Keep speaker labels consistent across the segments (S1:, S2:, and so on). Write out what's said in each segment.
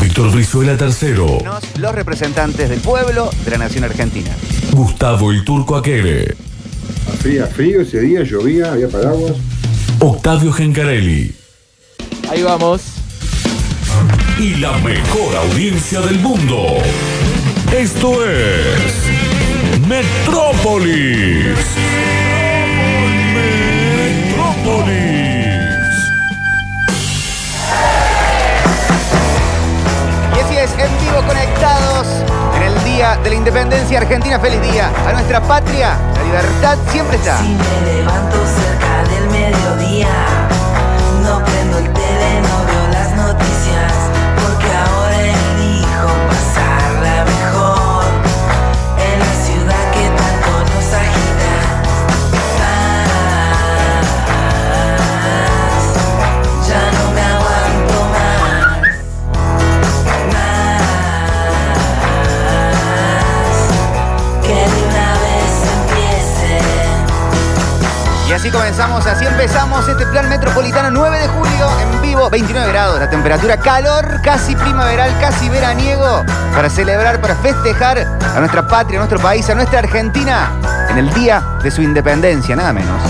S1: Víctor Brizuela III.
S2: Los representantes del pueblo de la nación argentina.
S1: Gustavo el Turco Aquere.
S3: Hacía frío ese día, llovía, había paraguas.
S1: Octavio Gencarelli.
S4: Ahí vamos.
S1: Y la mejor audiencia del mundo. Esto es Metrópolis. Metrópolis.
S2: Y así es, en vivo conectados en el Día de la Independencia Argentina. Feliz día a nuestra patria. La libertad siempre está.
S5: Si me levanto cerca del mediodía, no prendo el tele, no veo las noticias, porque ahora elijo pasarla mejor en la ciudad que tanto nos agita. Más, ya no me aguanto más. Más, que de una vez empiece.
S2: Y así comenzamos, así empezamos este plan metropolitano 9 de julio en vivo, 29 grados, la temperatura calor, casi primaveral, casi veraniego, para celebrar, para festejar a nuestra patria, a nuestro país, a nuestra Argentina en el día de su independencia, nada menos.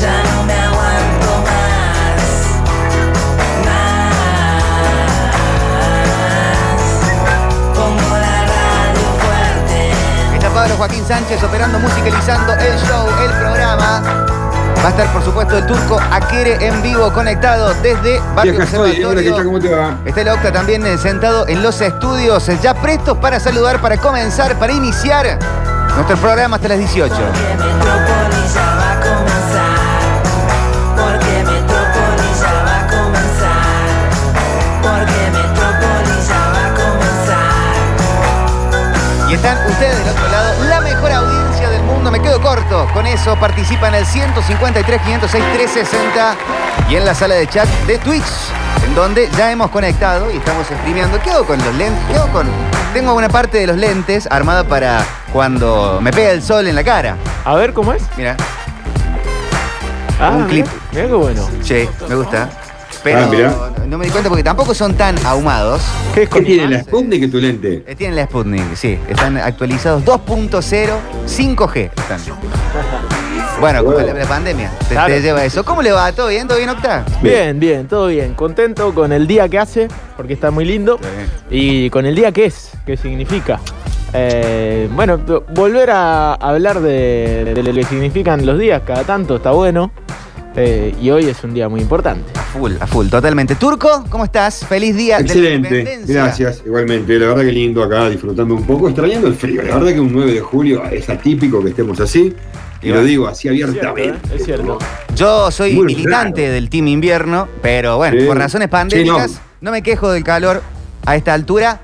S5: Ya no me aguanto más, más. Pongo la radio fuerte,
S2: Está Pablo Joaquín Sánchez operando, musicalizando el show, el programa. Va a estar, por supuesto, el turco Aquere en vivo conectado desde Barrio
S3: Vieja soy, hola, ¿qué
S2: Observatorio.
S3: tal? ¿Cómo te va?
S2: Está el Octa también eh, sentado en los estudios, eh, ya prestos para saludar, para comenzar, para iniciar nuestro programa hasta las 18.
S5: porque Metrópolis ya va a comenzar, porque Metrópolis ya va a comenzar, porque Metrópolis ya va a comenzar.
S2: Y están ustedes del otro lado, la mejor audiencia del mundo. Me quedo corto. Con eso participan el 153, 506, 360 y en la sala de chat de Twitch, en donde ya hemos conectado y estamos streameando. ¿Qué hago con los lentes? ¿Qué hago con.? Tengo una parte de los lentes armada para cuando me pega el sol en la cara.
S4: A ver cómo es. Ah,
S2: Mira, Un
S4: mira,
S2: clip.
S4: Mira qué bueno.
S2: che, me gusta. Pero
S3: Ah, mirá.
S2: no- no me di cuenta porque tampoco son tan ahumados.
S4: ¿Qué es
S3: ¿Qué
S4: con-
S3: tiene la Sputnik que tu lente?
S2: Eh, Tienen la Sputnik, sí. Están actualizados 2.0, 5G. Están. Bueno, con la, la pandemia te, te
S4: Claro.
S2: lleva eso. ¿Cómo le va? ¿Todo bien? ¿Todo bien, Octa?
S4: Bien, bien, todo bien. Contento con el día que hace, porque está muy lindo. Y con el día que es, que significa. Eh, bueno, t- volver a hablar de, de lo que significan los días cada tanto está bueno. Eh, y hoy es un día muy importante.
S2: A full, a full, totalmente. Turco, ¿cómo estás? Feliz día de la
S3: Excelente,
S2: independencia.
S3: gracias, igualmente. La verdad que lindo acá, disfrutando un poco, extrañando el frío. La verdad que un 9 de julio es atípico que estemos así. Y lo digo así abiertamente.
S4: Es cierto.
S2: Yo soy
S3: Muy
S2: militante
S3: raro.
S2: del Team Invierno, pero bueno,
S3: Sí.
S2: por razones
S3: Sí,
S2: pandémicas,
S3: no.
S2: no. me quejo del calor a esta altura.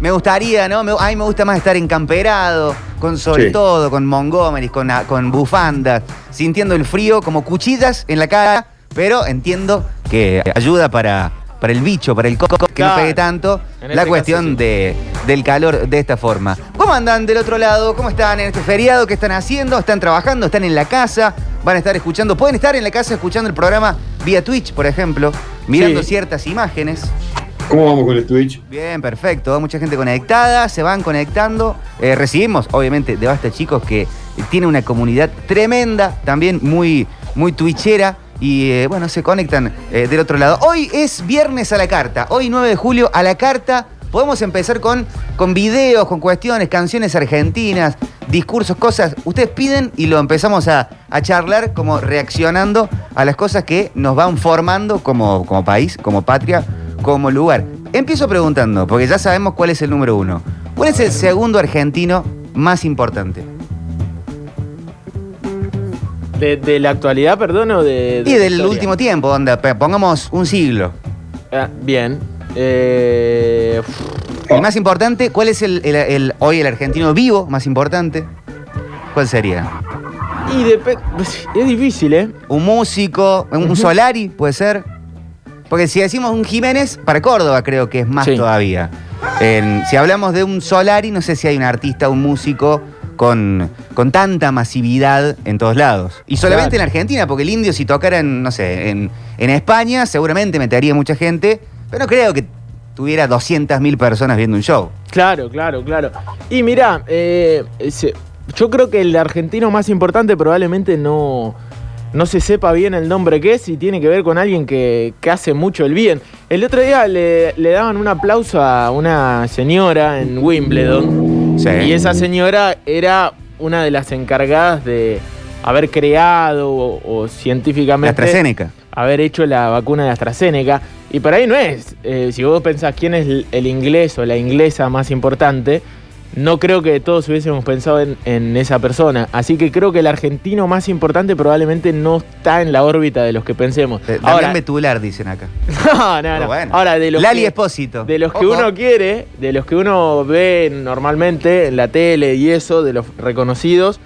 S2: Me gustaría, ¿no? Me- a mí me gusta más estar encamperado, con sobre
S3: Sí.
S2: todo, con Montgomery, con, a- con bufandas, sintiendo el frío como cuchillas en la cara, pero entiendo que ayuda para, para el bicho, para el coco, que no
S4: Claro.
S2: pegue tanto,
S4: En
S2: la
S4: este
S2: cuestión
S4: caso, sí.
S2: de, del calor de esta forma. ¿Cómo andan del otro lado? ¿Cómo están en este feriado? ¿Qué están haciendo? ¿Están trabajando? ¿Están en la casa? ¿Van a estar escuchando? Pueden estar en la casa escuchando el programa vía Twitch, por ejemplo, mirando
S4: Sí.
S2: ciertas imágenes.
S3: ¿Cómo vamos con el Twitch?
S2: Bien, perfecto. Mucha gente conectada, se van conectando. Eh, recibimos, obviamente, de Basta Chicos, que tiene una comunidad tremenda, también muy, muy twitchera. Y eh, bueno, se conectan eh, del otro lado. Hoy es viernes a la carta. Hoy 9 de julio a la carta. Podemos empezar con, con videos, con cuestiones, canciones argentinas, discursos, cosas. Ustedes piden y lo empezamos a, a charlar como reaccionando a las cosas que nos van formando como, como país, como patria, como lugar. Empiezo preguntando, porque ya sabemos cuál es el número uno. ¿Cuál es el segundo argentino más importante?
S4: De, de la actualidad, perdón, o de. de
S2: Y
S4: la
S2: del
S4: historia?
S2: último tiempo, onda, pe- pongamos un siglo.
S4: Ah, bien. Eh, uf,
S2: El más importante, ¿cuál es el, el- el- hoy el argentino vivo más importante? ¿Cuál sería?
S4: y depe- Es difícil, ¿eh?
S2: ¿Un músico? ¿Un, un
S4: Ujú.
S2: Solari? ¿Puede ser? Porque si decimos un Jiménez, para Córdoba creo que es más
S4: Sí.
S2: todavía. En- si hablamos de un Solari, no sé si hay un artista, un músico con, con tanta masividad en todos lados. Y solamente
S4: Claro.
S2: en Argentina, porque el indio si tocara en, no sé, en, en España, seguramente metería mucha gente, pero no creo que tuviera 200.000 personas viendo un show.
S4: Claro, claro, claro. Y mirá, eh, ese- yo creo que el argentino más importante probablemente no, no se sepa bien el nombre que es y tiene que ver con alguien que, que hace mucho el bien. El otro día le, le daban un aplauso a una señora en Wimbledon
S2: Sí.
S4: y esa señora era una de las encargadas de haber creado o, o
S2: La
S4: científicamente
S2: AstraZeneca.
S4: haber hecho la vacuna de AstraZeneca. Y para ahí no es. Eh, si vos pensás quién es el- el inglés o la inglesa más importante, no creo que todos hubiésemos pensado en, en esa persona. Así que creo que el argentino más importante probablemente no está en la órbita de los que pensemos.
S2: Eh, Damián
S4: Ahora,
S2: Betular, dicen acá.
S4: no, no, no.
S2: Pero bueno.
S4: Ahora, de los
S2: Lali
S4: que-
S2: Espósito.
S4: de los que
S2: Ojo.
S4: uno quiere, de los que uno ve normalmente en la tele y eso, de los reconocidos,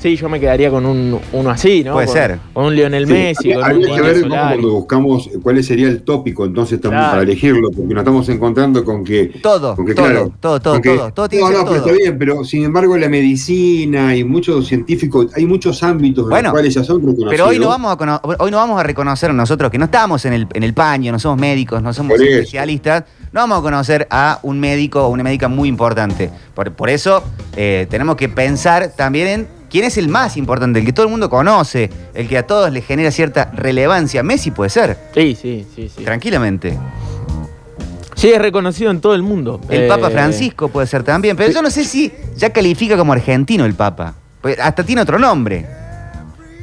S4: sí, yo me quedaría con un uno así, ¿no?
S2: Puede
S4: Con-
S2: ser.
S4: Con un Lionel
S3: Sí,
S4: Messi, con
S3: habría-
S4: un
S3: habría que
S4: Diego
S3: ver cómo
S4: Solari.
S3: cuando buscamos cuál sería el tópico entonces estamos
S4: Claro.
S3: para elegirlo, porque nos estamos encontrando con que
S2: Todo,
S3: Porque,
S2: todo,
S3: claro,
S2: todo, todo,
S3: porque-
S2: todo, todo tiene
S3: no,
S2: que ser
S3: no, pero
S2: todo.
S3: está bien, pero sin embargo la medicina y muchos científicos, hay muchos ámbitos en
S2: Bueno,
S3: los cuales ya son reconocidos.
S2: Pero hoy no vamos a cono- hoy no vamos a reconocer nosotros que no estamos en el, en el paño, no somos médicos, no somos
S3: Por eso.
S2: especialistas, no vamos a conocer a un médico o una médica muy importante. Por, por eso eh, tenemos que pensar también en quién es el más importante, el que todo el mundo conoce, el que a todos le genera cierta relevancia. Messi puede ser,
S4: Sí, sí, sí, sí.
S2: tranquilamente.
S4: Sí, es reconocido en todo el mundo.
S2: El
S4: Eh,
S2: Papa Francisco puede ser también, pero yo no sé si ya califica como argentino el Papa. Pues Hasta tiene otro nombre.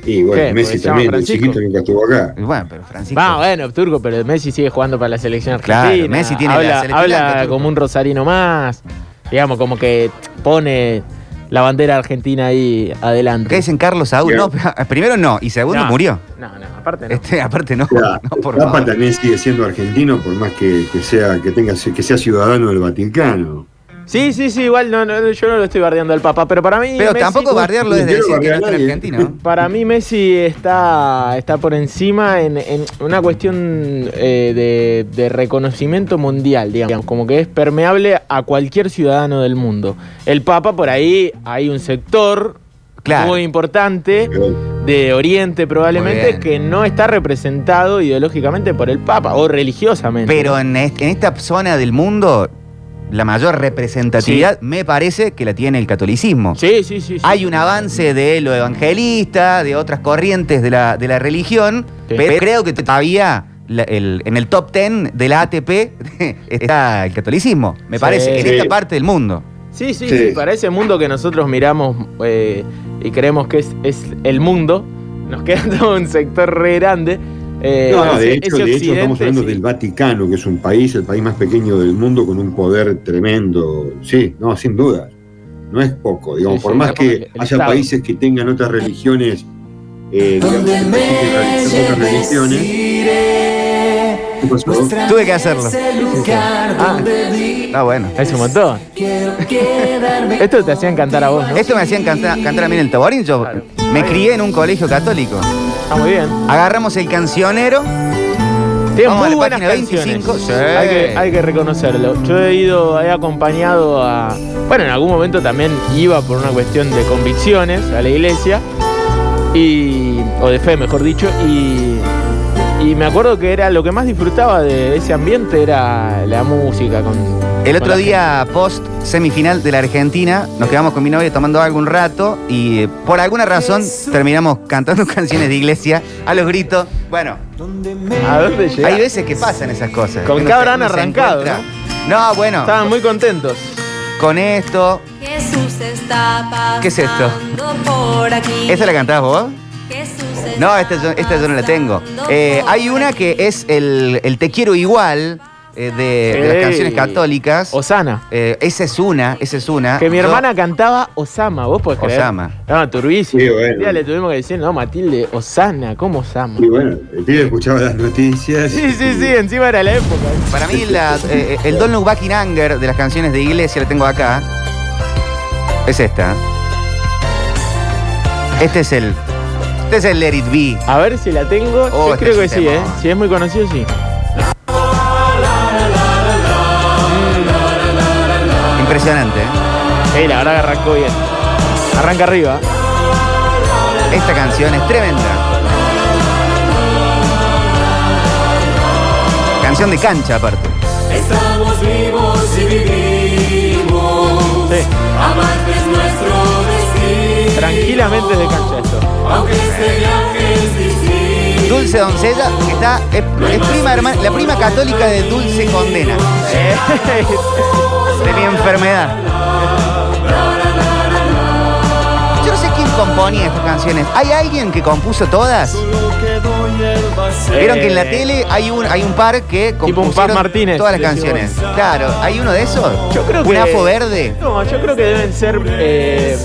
S3: Y bueno,
S4: ¿Qué? Porque
S3: Messi
S4: se llama
S3: también, el
S4: Francisco.
S3: chiquito nunca estuvo acá.
S2: Y Bueno, pero Francisco.
S4: Va, bueno, Turco, pero Messi sigue jugando para la selección
S2: Claro,
S4: argentina.
S2: Messi tiene la
S4: habla,
S2: selección
S4: Habla
S2: blanca, Turco.
S4: como un rosarino más. Digamos, como que pone la bandera argentina ahí adelante.
S2: Acá dicen Carlos Saúl.
S3: Bien.
S2: No, ah, primero no, y segundo
S4: No,
S2: murió.
S4: No, no, aparte no.
S2: Este, aparte no.
S3: Ya,
S2: no, por
S3: Papa
S2: favor.
S3: también sigue siendo argentino, por más que, que sea, que tenga que sea ciudadano del Vaticano.
S4: Sí, sí, sí, igual no, no, yo no lo estoy bardeando al Papa, pero para mí.
S2: Pero
S4: Messi-
S2: tampoco bardearlo
S3: no
S2: desde
S3: quiero
S2: decir que no
S3: bardear
S2: está
S3: a nadie.
S2: argentino.
S4: Para mí Messi está, está por encima en, en una cuestión eh, de, de reconocimiento mundial, digamos, como que es permeable a cualquier ciudadano del mundo. El Papa por ahí hay un sector
S2: Claro.
S4: muy importante
S3: Pero,
S4: de Oriente
S2: Muy
S4: probablemente
S2: bien.
S4: que no está representado ideológicamente por el Papa o religiosamente.
S2: Pero en, est- en esta zona del mundo, la mayor representatividad me parece que la tiene el catolicismo.
S4: sí, sí, sí, sí.
S2: Hay un avance de lo evangelista, de otras corrientes de la, de la religión,
S4: Sí.
S2: pero creo que todavía la- el- en el top 10 de la ATP está el catolicismo, me
S4: Sí.
S2: parece, en
S3: Sí.
S2: esta parte del mundo.
S4: Sí, sí,
S3: Sí.
S4: sí, para ese mundo que nosotros miramos eh, y creemos que es, es el mundo, nos queda todo un sector re grande. eh,
S3: no, no, de
S4: ese-
S3: hecho,
S4: ese
S3: de hecho estamos
S4: occidente,
S3: hablando
S4: sí.
S3: del Vaticano, que es un país, el país más pequeño del mundo, con un poder tremendo. Sí, no, sin duda. No es poco, digamos,
S4: Sí,
S3: por
S4: sí,
S3: más
S4: no, porque
S3: que
S4: el
S3: haya
S4: Estado.
S3: países que tengan otras religiones, eh, digamos, que practiquen otras religiones. ¿Qué pasó?
S2: Tuve que hacerlo.
S4: Ah,
S2: Está bueno.
S4: es un montón. Esto te hacían cantar a vos, ¿no?
S2: Esto me hacían canta- cantar a mí en el taborín. Yo
S4: Claro.
S2: me crié en un colegio católico.
S4: Está muy bien.
S2: Agarramos el cancionero.
S4: Tiene
S2: Vamos a
S4: muy
S2: la
S4: buenas
S2: página
S4: canciones.
S2: 25, sí.
S4: Hay, que, hay que reconocerlo. Yo he ido, he acompañado a. Bueno, en algún momento también iba por una cuestión de convicciones a la iglesia. Y. o de fe, mejor dicho. Y. Y me acuerdo que era lo que más disfrutaba de ese ambiente era la música con.
S2: El
S4: con la
S2: otro día, post semifinal de la Argentina, nos quedamos con mi novia tomando algo un rato y eh, por alguna razón terminamos cantando canciones de iglesia a los gritos. Bueno,
S4: gente. ¿A dónde llegás?
S2: hay veces que pasan esas cosas.
S4: Con
S2: Uno
S4: qué
S2: se-
S4: habrán
S2: uno se
S4: arrancado,
S2: encuentra- No, bueno,
S4: Estaban muy contentos.
S2: con esto.
S6: Jesús está pasando
S2: ¿Qué es esto?
S6: por aquí.
S2: ¿Esa la cantabas vos?
S6: Jesús está
S2: No, esta yo, esta yo no la tengo.
S6: pasando
S2: Eh,
S6: por
S2: hay una que
S6: aquí.
S2: es el, el Te quiero igual. eh, de, de las
S4: Ey.
S2: canciones católicas.
S4: Osana.
S2: Eh, esa es una, esa es una.
S4: Que mi
S2: Ah, Yo-
S4: hermana cantaba Osama, vos podés creer.
S2: Osama.
S4: No, turbísimo.
S3: Sí, bueno.
S4: Un día le tuvimos que decir, no, Matilde, Osana, ¿cómo Osama?
S3: Y bueno, el pibe escuchaba las noticias.
S4: Sí, sí, sí, encima era la época.
S2: Para mí, la- eh, el Don't Look Back in Anger de las canciones de Iglesia, la tengo acá. Es esta. Este es el. Este es el Let It Be.
S4: A ver si la tengo.
S2: Oh,
S4: Yo
S2: este
S4: creo que
S2: es un
S4: sí, ¿eh?
S2: temón.
S4: Si es muy conocido, sí.
S2: Impresionante. ¿eh?
S4: Ey, la verdad que arrancó bien. Arranca arriba.
S2: Esta canción es tremenda. Canción de cancha, aparte.
S7: Estamos vivos y vivimos.
S4: Sí,
S7: Amarte es nuestro destino.
S4: tranquilamente de cancha esto.
S7: Aunque este viaje es difícil.
S2: Dulce Doncella, que está. Es, es prima hermana, la prima católica de Dulce Condena. De mi enfermedad. Yo no sé quién componía estas canciones. ¿Hay alguien que compuso todas? Vieron que en la
S4: Eh,
S2: tele hay un, hay un par que
S4: Tipo un Paz
S2: compusieron
S4: Martínez,
S2: todas las
S4: decimos.
S2: canciones. Claro, ¿hay uno de esos?
S4: Yo creo
S2: ¿Un
S4: que-
S2: afo verde?
S4: No, yo creo que deben ser. eh,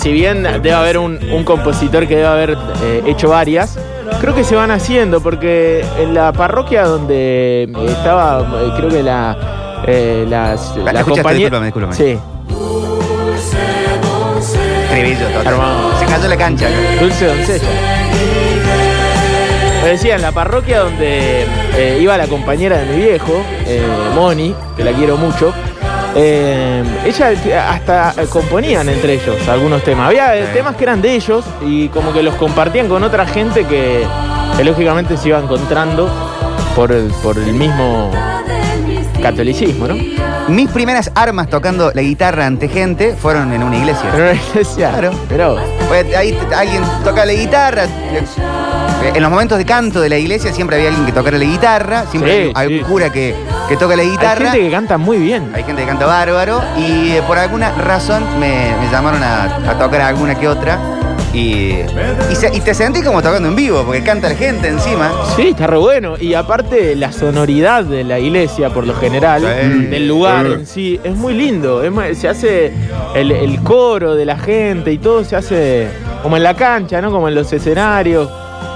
S4: si bien debe haber un, un compositor que debe haber eh, hecho varias, creo que se van haciendo, porque en la parroquia donde estaba, eh, creo que la. eh, las,
S2: La Ah, escuchaste, discúlpame, discúlpame.
S4: Sí,
S2: Trevillo, total.
S4: Hermano.
S2: Se cayó la cancha.
S4: Dulce Doncella. Me decía, en la parroquia donde eh, iba la compañera de mi viejo, eh, Moni, que la quiero mucho, eh, ella eh, hasta eh, componían entre ellos algunos temas. Había eh,
S2: Sí.
S4: temas que eran de ellos y como que los compartían con otra gente que, que lógicamente se iba encontrando por el, por el mismo catolicismo, ¿no?
S2: Mis primeras armas tocando la guitarra ante gente fueron en una iglesia.
S4: Pero era iglesia.
S2: Claro.
S4: Pero
S2: Pues ahí t- alguien toca la guitarra. Eh, En los momentos de canto de la iglesia siempre había alguien que tocara la guitarra, siempre
S4: Sí,
S2: hay- hay un
S4: sí.
S2: cura que, que toca la
S4: hay
S2: guitarra.
S4: gente que canta muy bien.
S2: Hay gente que canta bárbaro y eh, por alguna razón me, me llamaron a, a tocar alguna que otra y, y, se- y te sentí como tocando en vivo porque canta la gente encima.
S4: Sí, está re bueno. Y aparte, la sonoridad de la iglesia, por lo general, mm,
S2: Sí.
S4: del lugar
S3: Sí.
S4: en sí, es muy lindo. Es muy- se hace el, el coro de la gente y todo se hace como en la cancha, ¿no? Como en los escenarios.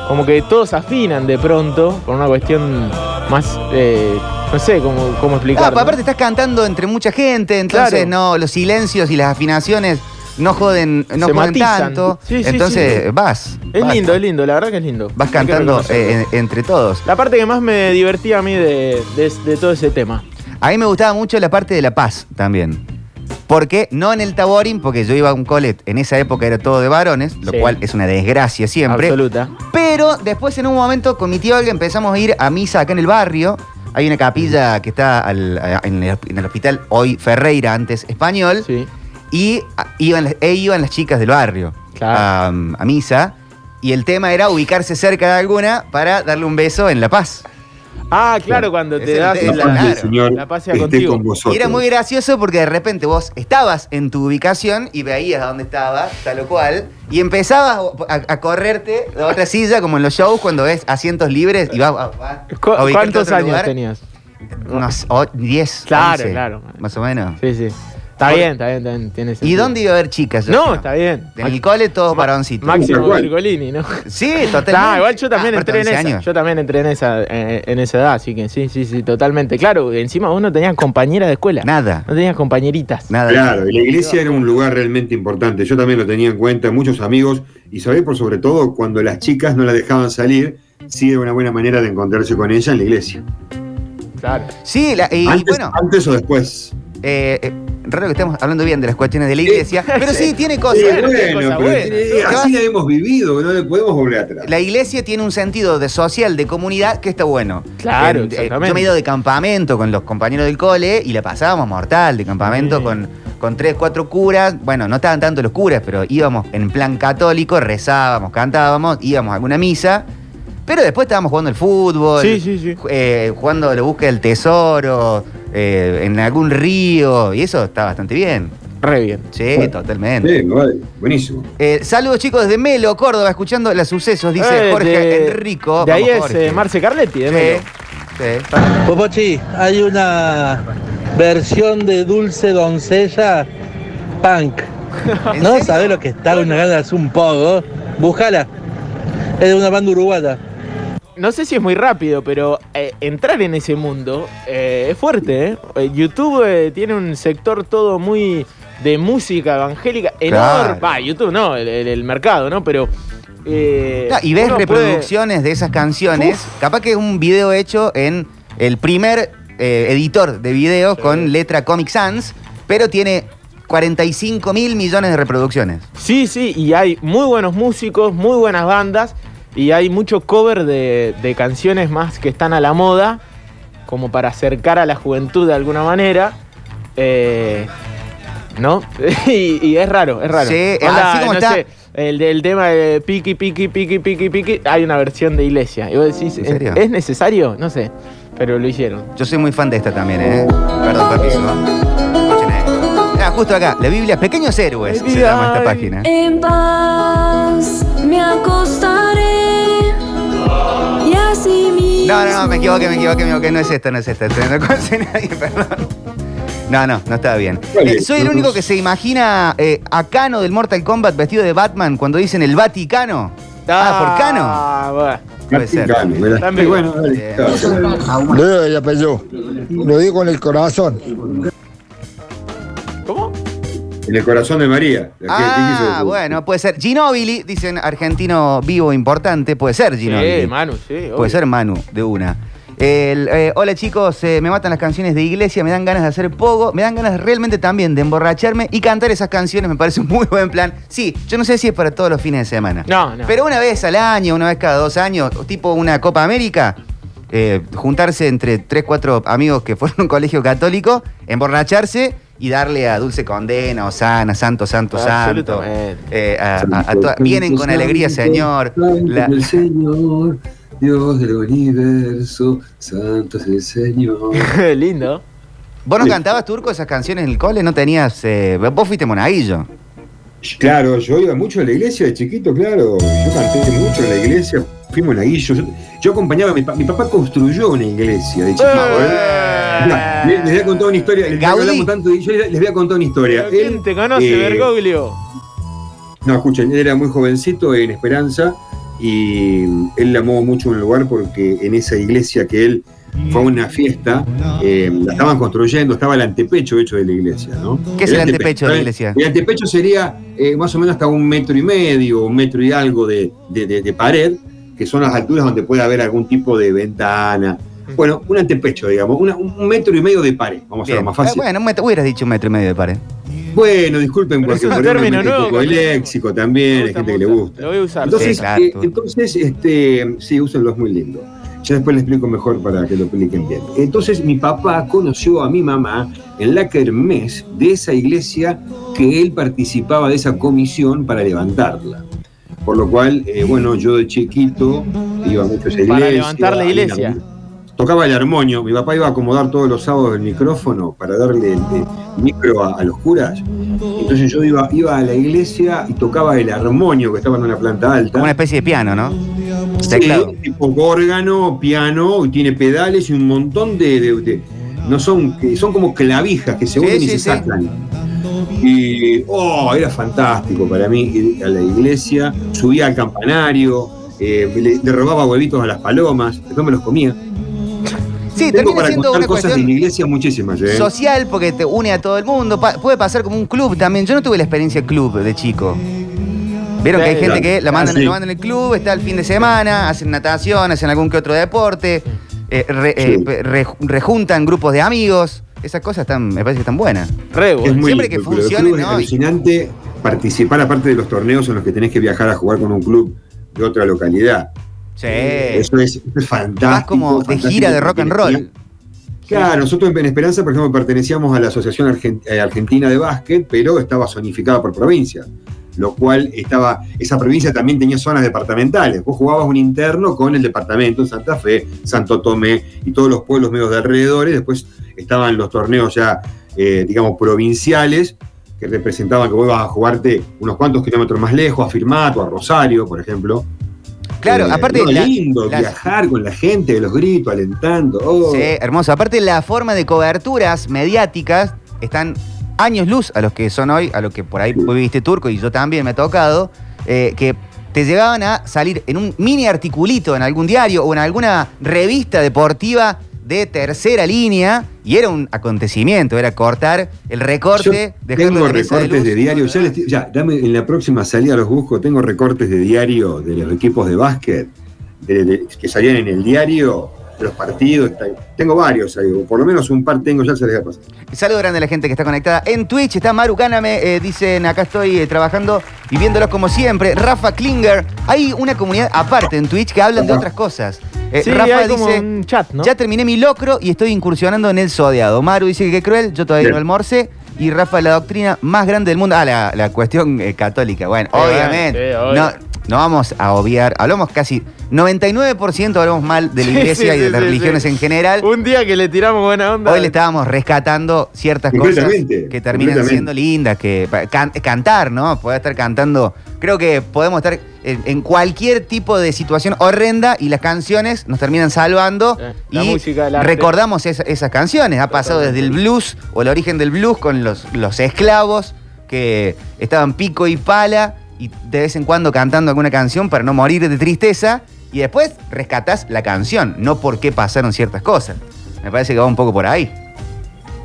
S4: Como que todos afinan de pronto por una cuestión más. eh, no sé cómo, cómo
S2: Ah,
S4: explicarlo.
S2: pues aparte estás cantando entre mucha gente, entonces
S4: Claro.
S2: no los silencios y las afinaciones no joden, no
S4: Se
S2: joden
S4: matizan.
S2: tanto.
S4: Sí, sí,
S2: entonces
S4: sí.
S2: vas.
S4: Es
S2: vas.
S4: lindo, es lindo, la verdad que es lindo.
S2: Vas
S4: Hay que
S2: cantando
S4: reconocerlo.
S2: eh, en- entre todos.
S4: La parte que más me divertía a mí de- de- de todo ese tema.
S2: A mí me gustaba mucho la parte de La Paz también. Porque no en el Taborín, porque yo iba a un colet, en esa época era todo de varones, lo
S4: Sí.
S2: cual es una desgracia siempre.
S4: Absoluta.
S2: Pero después en un momento con mi tío Olga empezamos a ir a misa acá en el barrio. Hay una capilla que está al- a- en, el, en el hospital hoy Ferreira, antes español.
S4: Sí.
S2: Y a- iban, las- e iban las chicas del barrio
S4: Claro.
S2: a, a misa. Y el tema era ubicarse cerca de alguna para darle un beso en La Paz.
S4: Ah, claro, cuando
S2: Ese
S4: te das
S2: es
S3: La
S2: el-
S4: la,
S3: paz
S2: claro,
S3: del Señor
S4: la paz sea
S3: esté
S4: contigo.
S3: con vosotros.
S2: Y era muy gracioso porque de repente vos estabas en tu ubicación y veías a dónde estabas, tal o cual, y empezabas a, a correrte a otra silla, como en los shows, cuando ves asientos libres y vas vas- vas a,
S4: ¿Cu-
S2: ubicarte a
S4: ¿Cuántos
S2: otro
S4: años
S2: lugar.
S4: tenías?
S2: Unos o- 10,
S4: Claro,
S2: 11,
S4: claro.
S2: Más o menos.
S4: Sí, sí. Está
S2: Por-
S4: bien, está bien, está bien. tiene
S2: ¿Y
S4: sentido.
S2: dónde iba a haber chicas? yo
S4: No,
S2: creo?
S4: está bien.
S2: En el cole todos varoncitos.
S3: Tal
S4: Máximo
S3: cual.
S4: Virgolini, ¿no?
S2: Sí, totalmente.
S4: Nah, igual yo también
S2: Ah,
S4: entré
S2: aparte,
S4: en
S2: 11
S4: esa.
S2: años.
S4: Yo también entré en esa, eh, en esa edad, así que sí, sí, sí, totalmente. Claro, encima vos no tenías compañera de escuela.
S2: Nada.
S4: No tenías compañeritas.
S2: Nada.
S3: Claro, y la iglesia era un lugar realmente importante. Yo también lo tenía en cuenta, muchos amigos, y sabés por sobre todo cuando las chicas no la dejaban salir, sí era una buena manera de encontrarse con ella en la iglesia.
S4: Claro.
S2: Sí, la- y
S3: antes,
S2: bueno.
S3: antes o después.
S2: Eh, eh, raro que estemos hablando bien de las cuestiones de la iglesia, pero sí, tiene cosas.
S3: Eh, bueno,
S4: cosa
S3: pero
S4: buena.
S3: tiene- así la hemos vivido, no le podemos volver atrás.
S2: La iglesia tiene un sentido de social, de comunidad, que está bueno. En-
S4: Claro,
S2: eh,
S4: exactamente.
S2: Yo me he ido de campamento con los compañeros del cole y la pasábamos mortal, de campamento
S4: Sí.
S2: con, con tres, cuatro curas. Bueno, no estaban tanto los curas, pero íbamos en plan católico, rezábamos, cantábamos, íbamos a alguna misa. Pero después estábamos jugando al fútbol,
S4: Sí, sí, sí.
S2: ju- eh, jugando la búsqueda del tesoro, eh, en algún río, y eso está bastante bien.
S4: Re bien.
S2: Sí,
S3: Bueno,
S2: totalmente.
S3: Sí, vale, buenísimo.
S2: Eh, saludos chicos desde Melo, Córdoba, escuchando los sucesos, dice
S4: Eh,
S2: Jorge
S4: de-
S2: Enrico.
S4: De ahí
S2: Vamos,
S4: es
S2: Jorge.
S4: eh, Marce Carletti, de
S2: Sí.
S4: Melo.
S2: Sí.
S8: Popochi, Pues, hay una versión de Dulce Doncella punk.
S2: ¿En
S8: ¿No
S2: serio?
S8: sabes lo que está una gana de hacer un pogo? Búscala. Es de una banda uruguaya.
S4: No sé si es muy rápido, pero eh, entrar en ese mundo eh, es fuerte, ¿eh? Eh, YouTube eh, tiene un sector todo muy de música evangélica enorme.
S2: Claro.
S4: Va, YouTube no, el, el- el mercado, ¿no? Pero. eh,
S2: No, y ves
S4: uno puede-
S2: reproducciones de esas canciones, capaz que es un video hecho en el primer eh, editor de videos con letra Comic Sans, pero tiene 45 mil millones de reproducciones.
S4: Sí, sí, y hay muy buenos músicos, muy buenas bandas, y hay mucho cover de, de canciones más que están a la moda, como para acercar a la juventud de alguna manera. Eh, ¿No? y, y es raro, es raro.
S2: Sí, eh,
S4: Onda,
S2: así como
S4: no
S2: está.
S4: sé, el del tema de piqui, piqui, piqui, piqui, piqui, hay una versión de iglesia. Y vos decís,
S2: ¿En serio?
S4: ¿es necesario? No sé, pero lo hicieron.
S2: Yo soy muy fan de esta también, ¿eh?
S4: Uh.
S2: Perdón, permiso. Escuchen, ¿eh? Ah, justo acá, la Biblia Pequeños Héroes se llama esta página.
S7: En paz me acostaré y así mismo.
S2: No, no, no, me equivoqué, me equivoqué, me equivoqué. No es esta, no es esta. Estoy no conoce nadie, perdón. No, no, no estaba bien.
S3: Vale,
S2: Eh, soy el
S3: no,
S2: único
S3: no.
S2: que se imagina eh, a Cano del Mortal Kombat vestido de Batman cuando dicen el Vaticano. Ah, por Cano.
S4: Ah, bueno.
S2: Puede ser. Eh.
S3: Martín Cano, ¿verdad?
S4: También.
S3: Y bueno, dale,
S2: Bien.
S3: claro.
S9: Lo digo, apellido. Lo digo con el corazón.
S4: ¿Cómo?
S3: En el corazón de María. ¿Qué- qué
S2: Ah,
S3: quiso?
S2: bueno, puede ser. Ginobili, dicen argentino vivo importante, puede ser Ginobili.
S4: Sí, Manu, sí. obvio.
S2: Puede ser Manu, de una. El, eh, hola chicos, eh, me matan las canciones de iglesia, me dan ganas de hacer pogo, me dan ganas realmente también de emborracharme y cantar esas canciones, me parece un muy buen plan. Sí, yo no sé si es para todos los fines de semana.
S4: No, no.
S2: Pero una vez al año, una vez cada dos años, tipo una Copa América, eh, juntarse entre tres, cuatro amigos que fueron a un colegio católico, emborracharse y darle a Dulce Condena, Osana, Santo, Santo, Santo.
S4: Absolutamente.
S2: Eh, a- a- a toda- vienen con alegría, Señor. La-
S10: El Señor, Dios del universo, santo es el Señor.
S4: Lindo.
S2: ¿Vos no cantabas turco esas canciones en el cole? ¿No tenías.? eh, vos fuiste monaguillo.
S3: Claro, yo iba mucho a la iglesia de chiquito, claro. Yo canté mucho en la iglesia, fui monaguillo. Yo, yo acompañaba a mi, pa- mi papá construyó una iglesia de chiquito. ¿eh? Mirá, les, les voy a contar una historia. Les,
S2: Gaudí.
S3: hablamos tanto de- yo les voy a contar una historia.
S4: Pero ¿Quién
S3: Él,
S4: te conoce,
S3: eh,
S4: Bergoglio?
S3: No, escuchen, él era muy jovencito en Esperanza y él amó mucho un lugar porque en esa iglesia que él fue a una fiesta, eh, la estaban construyendo, estaba el antepecho hecho de la iglesia, ¿no?
S2: ¿Qué es el antepecho de la iglesia?
S3: El antepecho sería eh, más o menos hasta un metro y medio, un metro y algo de, de- de- de pared, que son las alturas donde puede haber algún tipo de ventana. Bueno, un antepecho, digamos, una- un metro y medio de pared, vamos a
S2: Bien.
S3: hacerlo más fácil.
S2: Eh, bueno, un metro- hubieras dicho un metro y medio de pared.
S3: Bueno, disculpen
S4: Pero
S3: porque
S4: es un
S3: por ahí me
S4: término
S3: metí un
S4: nuevo
S3: poco
S4: que
S3: de
S4: tenemos.
S3: léxico también, hay
S4: Me gusta,
S3: gente que
S4: me
S3: le
S4: gusta.
S3: gusta.
S4: Lo voy a usar.
S3: Entonces,
S2: Sí, claro,
S3: eh,
S2: tú.
S3: entonces este, sí, úsenlos muy lindo. Ya después les explico mejor para que lo expliquen bien. Entonces, mi papá conoció a mi mamá en la kermés de esa iglesia que él participaba de esa comisión para levantarla. Por lo cual, eh, bueno, yo de chiquito iba mucho a esa iglesia.
S4: Para levantar la
S3: ahí
S4: iglesia.
S3: Tocaba el armonio. Mi papá iba a acomodar todos los sábados el micrófono para darle el, el micro a, a los curas. Entonces yo iba, iba a la iglesia y tocaba el armonio que estaba en una planta alta.
S2: Como una especie de piano, ¿no?
S3: Sí,
S2: Teclado.
S3: tipo órgano, piano, y tiene pedales y un montón de. de- de- no son, que son como clavijas que se
S2: Sí,
S3: unen y
S2: sí,
S3: se
S2: sí.
S3: sacan. Y. Oh, era fantástico para mí ir a la iglesia. Subía al campanario, eh, le, le robaba huevitos a las palomas, después me los comía.
S2: Sí,
S3: Tengo
S2: termina
S3: para
S2: siendo
S3: contar
S2: una
S3: cosas de
S2: cuestión
S3: la iglesia muchísimas, ¿eh?
S2: social porque te une a todo el mundo. Pa- puede pasar como un club también. Yo no tuve la experiencia club de chico. Vieron que hay
S4: Sí.
S2: gente que la mandan,
S3: Ah, sí.
S2: lo mandan en el club, está el fin de semana, hacen natación, hacen algún que otro deporte, eh, re- eh,
S3: Sí.
S2: pe- re- rejuntan grupos de amigos. Esas cosas están, me parece que están buenas.
S4: Re bueno.
S3: Es muy
S2: Siempre que
S3: lindo el club. El
S2: funcione,
S3: club es
S2: ¿no?
S3: alucinante participar, aparte de los torneos en los que tenés que viajar a jugar con un club de otra localidad.
S2: Sí.
S3: Eso es, es fantástico.
S2: Más como de
S3: fantástico
S2: gira de rock and
S3: porque-
S2: roll.
S3: Claro, nosotros en Esperanza, por ejemplo, pertenecíamos a la Asociación Argen- eh, Argentina de Básquet, pero estaba zonificada por provincia, lo cual estaba, esa provincia también tenía zonas departamentales. Vos jugabas un interno con el departamento en Santa Fe, Santo Tomé y todos los pueblos medios de alrededores. Después estaban los torneos ya, eh, digamos, provinciales, que representaban que vos ibas a jugarte unos cuantos kilómetros más lejos, a Firmato, a Rosario, por ejemplo.
S2: Claro,
S3: Eh,
S2: aparte.
S3: no,
S2: la-
S3: lindo
S2: la-
S3: viajar con la gente, los gritos, alentando. oh.
S2: Sí, hermoso. Aparte, la forma de coberturas mediáticas están años luz a los que son hoy, a lo que por ahí vos viviste turco y yo también me ha tocado, eh, que te llegaban a salir en un mini articulito en algún diario o en alguna revista deportiva de tercera línea y era un acontecimiento, era cortar el recorte,
S3: Yo
S2: dejarlo
S3: tengo
S2: en la mesa
S3: recortes de,
S2: luz.
S3: diario. Ya, les- ya, dame, en la próxima salida los busco. Tengo recortes de diario de los equipos de básquet de- de- que salían en el diario, de los partidos. tal. Tengo varios, ahí, o por lo menos un par tengo, ya se les va a pasar.
S2: Saludo grande a la gente que está conectada en Twitch. Está Maru Gáname, eh, dicen acá estoy eh, trabajando y viéndolos como siempre. Rafa Klinger. Hay una comunidad aparte en Twitch que hablan de otras cosas. Eh,
S4: Sí,
S2: Rafa
S4: hay como
S2: dice,
S4: un chat, ¿no?
S2: ya terminé mi locro y estoy incursionando en el sodiado. Maru dice que qué cruel, yo todavía
S3: Bien.
S2: no almorcé. Y Rafa, la doctrina más grande del mundo. Ah, la, la cuestión eh, católica. Bueno,
S4: Sí,
S2: obviamente.
S4: sí, obvio.
S2: No, no vamos a obviar. Hablamos casi 99% hablamos mal de la
S4: Sí,
S2: iglesia
S4: sí,
S2: y de
S4: sí,
S2: las
S4: sí,
S2: religiones
S4: sí.
S2: en general.
S4: Un día que le tiramos buena onda.
S2: Hoy le estábamos rescatando ciertas cosas
S3: Completamente,
S2: que terminan
S3: completamente.
S2: siendo lindas, que pa- can- cantar, ¿no? Poder estar cantando. Creo que podemos estar en, en cualquier tipo de situación horrenda y las canciones nos terminan salvando
S4: Eh, la
S2: y
S4: música, el arte.
S2: recordamos esa- esas canciones. Ha pasado desde el blues o el origen del blues con los, los esclavos que estaban pico y pala y de vez en cuando cantando alguna canción para no morir de tristeza y después rescatás la canción, no por qué pasaron ciertas cosas. Me parece que va un poco por ahí. Así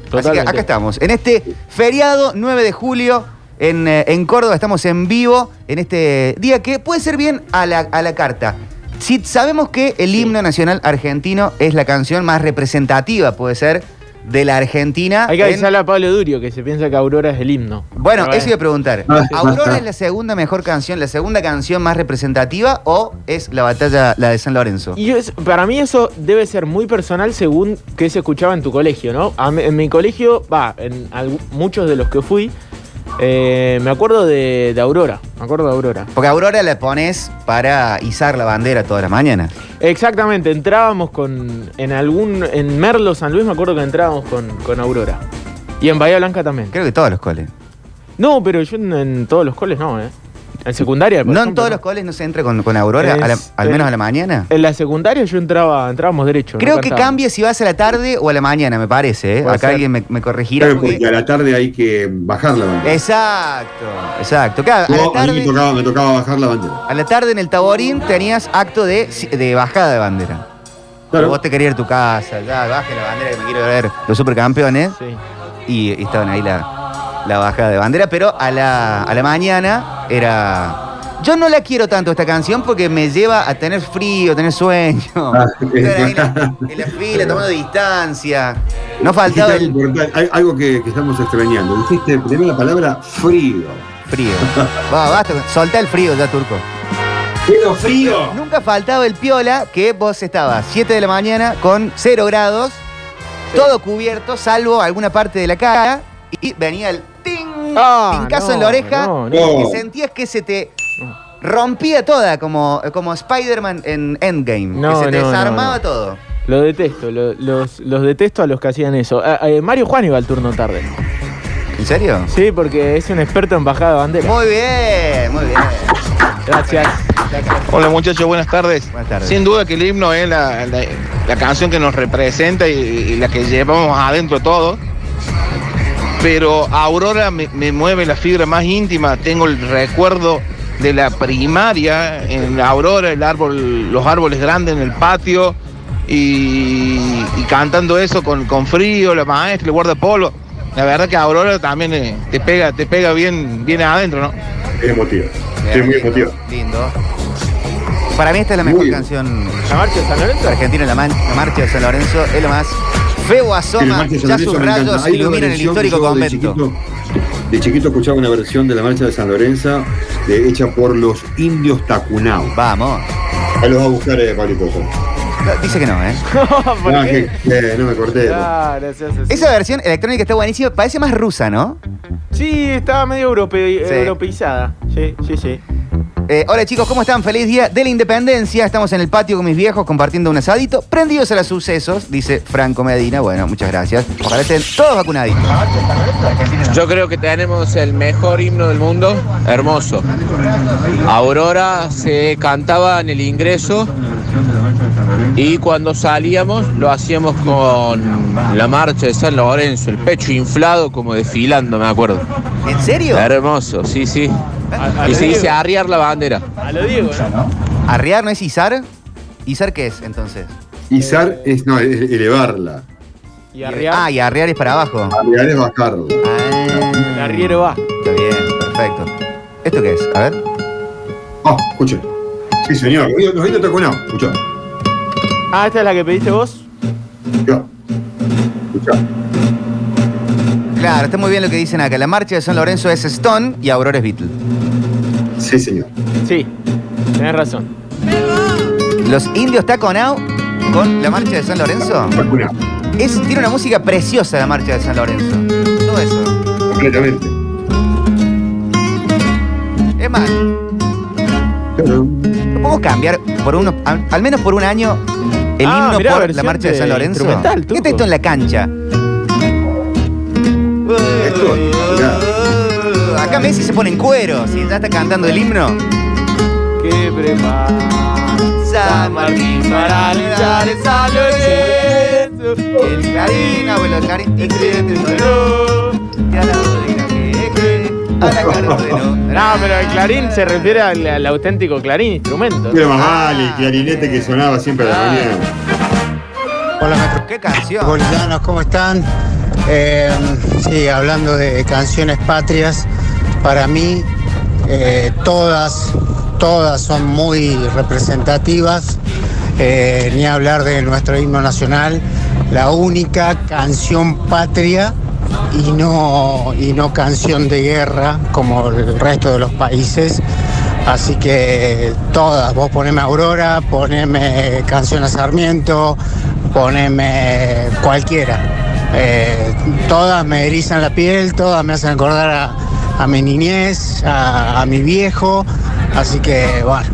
S2: que
S4: Totalmente.
S2: acá estamos, en este feriado 9 de julio en, eh, en Córdoba, estamos en vivo en este día que puede ser bien a la, a la carta. Si sabemos que el himno nacional argentino es la canción más representativa, puede ser, de la Argentina.
S4: Hay que
S2: en-
S4: avisarle a Pablo Durio que se piensa que Aurora es el himno.
S2: Bueno,
S4: Pero
S2: eso iba a preguntar.
S3: Ah, sí,
S2: ¿Aurora
S3: basta.
S2: es la segunda mejor canción, la segunda canción más representativa o es la batalla, la de San Lorenzo?
S4: Y es- para mí eso debe ser muy personal según qué se escuchaba en tu colegio, ¿no? A mí- en mi colegio, va, en algu- muchos de los que fui, eh, me acuerdo de, de Aurora, me acuerdo de Aurora.
S2: Porque Aurora la pones para izar la bandera todas las mañanas.
S4: Exactamente, entrábamos con, en algún, en Merlo San Luis me acuerdo que entrábamos con, con Aurora. Y en Bahía Blanca también.
S2: Creo que todos los coles.
S4: No, pero yo en, en todos los coles no, ¿eh? En secundaria,
S2: No
S4: por
S2: en
S4: ejemplo,
S2: todos los coles no se entra con, con Aurora, a la-
S4: Es-
S2: al menos a la mañana.
S4: En la secundaria yo entraba, entrábamos derecho.
S2: Creo
S4: no
S2: que
S4: cantábamos.
S2: cambia si vas a la tarde o a la mañana, me parece. ¿eh?
S4: Puede
S2: Acá
S4: ser.
S2: alguien me, me corregirá.
S3: Claro,
S2: porque-
S3: porque a la tarde hay que bajar la bandera.
S2: Exacto, exacto. Claro, a,
S3: Yo-
S2: la
S3: a mí me
S2: tarde,
S3: tocaba, me tocaba bajar la bandera.
S2: a la tarde en el Taborín tenías acto de, de bajada de bandera.
S3: Claro.
S2: Vos te querías ir a tu casa, ya, baje la bandera que me quiero ver los supercampeones.
S4: Sí.
S2: Y, y estaban ahí la, la bajada de bandera, pero a la, a la mañana era... Yo no la quiero tanto esta canción porque me lleva a tener frío, tener sueño. Estar ahí en la, en la fila, tomando distancia. No faltaba
S3: Dijiste algo
S2: el
S3: importante, hay- Algo que, que estamos extrañando. Dijiste primero la palabra frío.
S2: frío. Va, basta, soltá el frío ya, turco.
S3: ¡Pero frío!
S2: Nunca faltaba el piola que vos estabas 7 de la mañana con 0 grados, todo cubierto, salvo alguna parte de la cara, y venía el ting,
S4: Ah,
S2: tincazo
S4: no,
S2: en la oreja,
S4: no, no.
S3: No.
S2: y sentías que se te rompía toda, como, como Spider-Man en Endgame,
S4: No,
S2: que se te
S4: no, no,
S2: desarmaba
S4: no.
S2: todo.
S4: Lo detesto, lo- los, los detesto a los que hacían eso. Eh, eh, Mario Juan iba al turno tarde.
S2: ¿En serio?
S4: Sí, porque es un experto en bajada de bandera.
S2: Muy bien, muy bien.
S4: Gracias.
S8: Hola muchachos, buenas tardes.
S2: Buenas tardes.
S8: Sin duda que el himno es la, la- la canción que nos representa y, y la que llevamos adentro todo. Pero Aurora me, me mueve la fibra más íntima. Tengo el recuerdo de la primaria en Aurora, el árbol, los árboles grandes en el patio y, y cantando eso con, con frío, la maestra, el guardapolo. La verdad que Aurora también eh, te pega, te pega bien, bien adentro, ¿no?
S3: Es emotivo. Sí, muy emotivo.
S2: Lindo. Para mí esta es la
S3: Muy
S2: mejor
S3: bien.
S2: canción
S4: ¿La marcha de San Lorenzo?
S2: Argentina, la, man- la marcha de San Lorenzo es lo más. Feo
S3: Sí, la
S2: asoma,
S3: marcha de San
S2: ya
S3: Lorenzo
S2: sus
S3: me encanta.
S2: rayos
S3: Hay una
S2: iluminan el
S3: versión que
S2: histórico
S3: yo de
S2: convento.
S3: chiquito- De chiquito escuchaba una versión de la marcha de San Lorenzo de- hecha por los indios Tacunao.
S2: Vamos.
S3: Ahí los va a buscar eh, Pablito. Ah,
S2: No, Dice que no, ¿eh?
S4: ¿Por qué?
S3: que- eh, no me corté.
S4: Ah, gracias. sí.
S2: Esa versión electrónica está buenísima, parece más rusa, ¿no?
S4: Sí, estaba medio europe-
S2: Sí.
S4: europeizada. Sí, sí, sí.
S2: Eh, Eh, hola chicos, ¿cómo están? Feliz día de la independencia. Estamos en el patio con mis viejos compartiendo un asadito. Prendidos a los sucesos, dice Franco Medina. Bueno, muchas gracias. Ojalá estén todos vacunaditos.
S11: Yo creo que tenemos el mejor himno del mundo, hermoso. Aurora se cantaba en el ingreso y cuando salíamos lo hacíamos con la marcha de San Lorenzo, el pecho inflado como desfilando, me acuerdo.
S2: ¿En serio?
S11: Hermoso, sí, sí.
S2: A- a
S11: Y
S2: lo
S11: se dice
S2: Diego.
S11: arriar la bandera.
S4: A lo Diego, ¿no?
S2: ¿Arrear no es izar? ¿Izar qué es entonces?
S3: Izar es, no, es elevarla.
S4: Y arriar.
S2: Ah, y arrear es para abajo.
S3: Arriar es bajarla.
S4: El arriero va.
S2: Está bien, perfecto. ¿Esto qué es? A ver.
S3: Ah, escuche. Sí, señor. Los oídos- Los oídos taconados. Escuchá.
S4: Ah, esta es la que pediste vos.
S3: Escuchá. Escuchá.
S2: Claro, está muy bien lo que dicen acá. La marcha de San Lorenzo es Stone y Aurora es Beatle.
S3: Sí, señor.
S4: Sí, tenés razón.
S2: Los indios taconao con la marcha de San Lorenzo.
S3: Vacunado.
S2: Es, tiene una música preciosa la marcha de San Lorenzo. Todo eso.
S3: Completamente.
S2: Es más, ¿lo podemos cambiar por uno, al, al menos por un año el
S4: Ah,
S2: himno
S4: mirá,
S2: por la
S4: versión
S2: marcha de
S4: de
S2: San Lorenzo?
S4: instrumental,
S2: ¿Qué
S4: Tuco.
S2: está esto en la cancha?
S3: Esto, mirá.
S2: Acá Messi se pone en cuero, si ya está cantando el himno.
S4: Que prepara
S2: San Martín para luchar en San Lorenzo. El clarín, abuelo el clarín, y creyente sonó. Y a la bodega que eje, a la carduelo.
S4: No, pero el clarín se refiere al, al auténtico clarín, instrumento.
S3: Pero más vale, el clarinete que sonaba siempre a
S2: Ah.
S3: la mañana.
S2: Hola, maestro. ¿Qué canción?
S12: Bolivianos, ¿cómo están? Eh, sí, hablando de canciones patrias, para mí eh, todas, todas son muy representativas, Eh, ni hablar de nuestro himno nacional, la única canción patria y no, y no canción de guerra como el resto de los países. Así que todas, vos poneme Aurora, poneme Canción a Sarmiento, poneme cualquiera. Eh, todas me erizan la piel, todas me hacen acordar a, a mi niñez, a, a mi viejo. Así que bueno,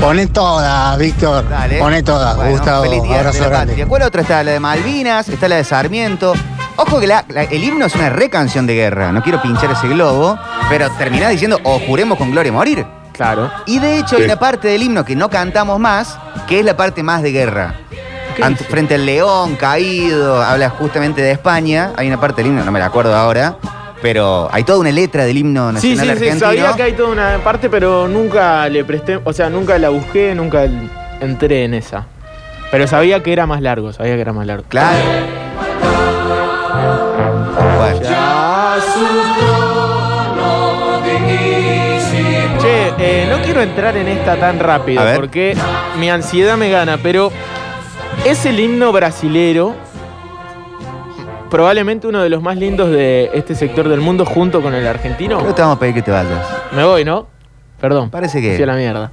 S12: pone todas, Víctor.
S2: Dale.
S12: Pone todas,
S2: Bueno,
S12: Gustavo.
S2: feliz día de
S12: Abrazo
S2: la
S12: grande.
S2: patria. ¿Cuál otra está? La de Malvinas, está la de Sarmiento. Ojo que la- la- el himno es una recanción de guerra. No quiero pinchar ese globo, pero terminás diciendo o juremos con gloria morir.
S4: Claro.
S2: Y de hecho hay
S3: Sí.
S2: una parte del himno que no cantamos más, que es la parte más de guerra.
S4: ¿Qué
S2: Ante-
S4: dice?
S2: frente al león, caído, habla justamente de España. Hay una parte del himno, no me la acuerdo ahora, pero hay toda una letra del himno
S4: Sí,
S2: nacional
S4: sí, sí,
S2: argentino.
S4: sabía que hay toda una parte, pero nunca le presté, o sea, nunca la busqué, nunca l- entré en esa. Pero sabía que era más largo, sabía que era más largo.
S2: Claro. Bueno.
S4: Che, eh, no quiero entrar en esta tan rápido
S2: A ver.
S4: porque mi ansiedad me gana, pero es el himno brasilero, probablemente uno de los más lindos de este sector del mundo junto con el argentino.
S2: Creo que te vamos a pedir que te vayas.
S4: Me voy, ¿no? Perdón.
S2: Parece
S4: me fui a
S2: que.
S4: la mierda.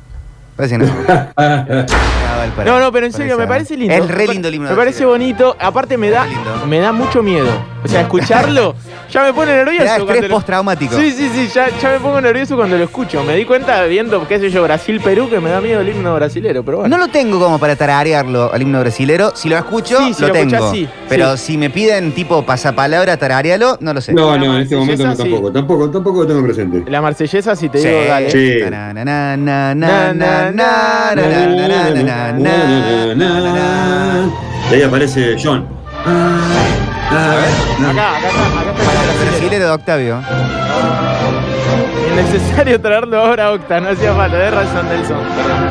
S2: Parece que no. Ah, vale, para-
S4: no, no, pero en serio, me
S2: para
S4: parece
S2: esa.
S4: lindo.
S2: Es re lindo el himno.
S4: Me
S2: de
S4: parece
S2: Chile.
S4: bonito. Aparte me da,
S2: Es lindo.
S4: me da mucho miedo. O sea, escucharlo ya me pone nervioso.
S2: Te da
S4: cuando
S2: estrés
S4: lo-
S2: postraumático.
S4: Sí, sí, sí, ya, ya me pongo nervioso cuando lo escucho. Me di cuenta viendo, qué sé yo, Brasil-Perú, que me da miedo el himno brasilero, pero bueno.
S2: No lo tengo como para tararearlo al himno brasilero. Si lo escucho,
S4: Sí, si
S2: lo,
S4: lo
S2: tengo.
S4: escuchás, sí,
S2: Pero si me piden tipo pasapalabra, tararealo, no lo sé.
S3: No, no, en este
S4: Sí,
S3: momento no
S4: esa sí.
S3: tampoco. Tampoco, tampoco lo tengo presente.
S4: La marsellesa, si te digo, dale.
S3: Sí.
S2: Na, na, na, na, na, na, na, na, na, na, na, na, na, na.
S3: Y ahí aparece John.
S4: Acá, acá está, acá está el himno brasilero.
S2: Brasilero de Octavio.
S4: Innecesario traerlo ahora a Octa, no hacía falta. De razón, Nelson, perdón.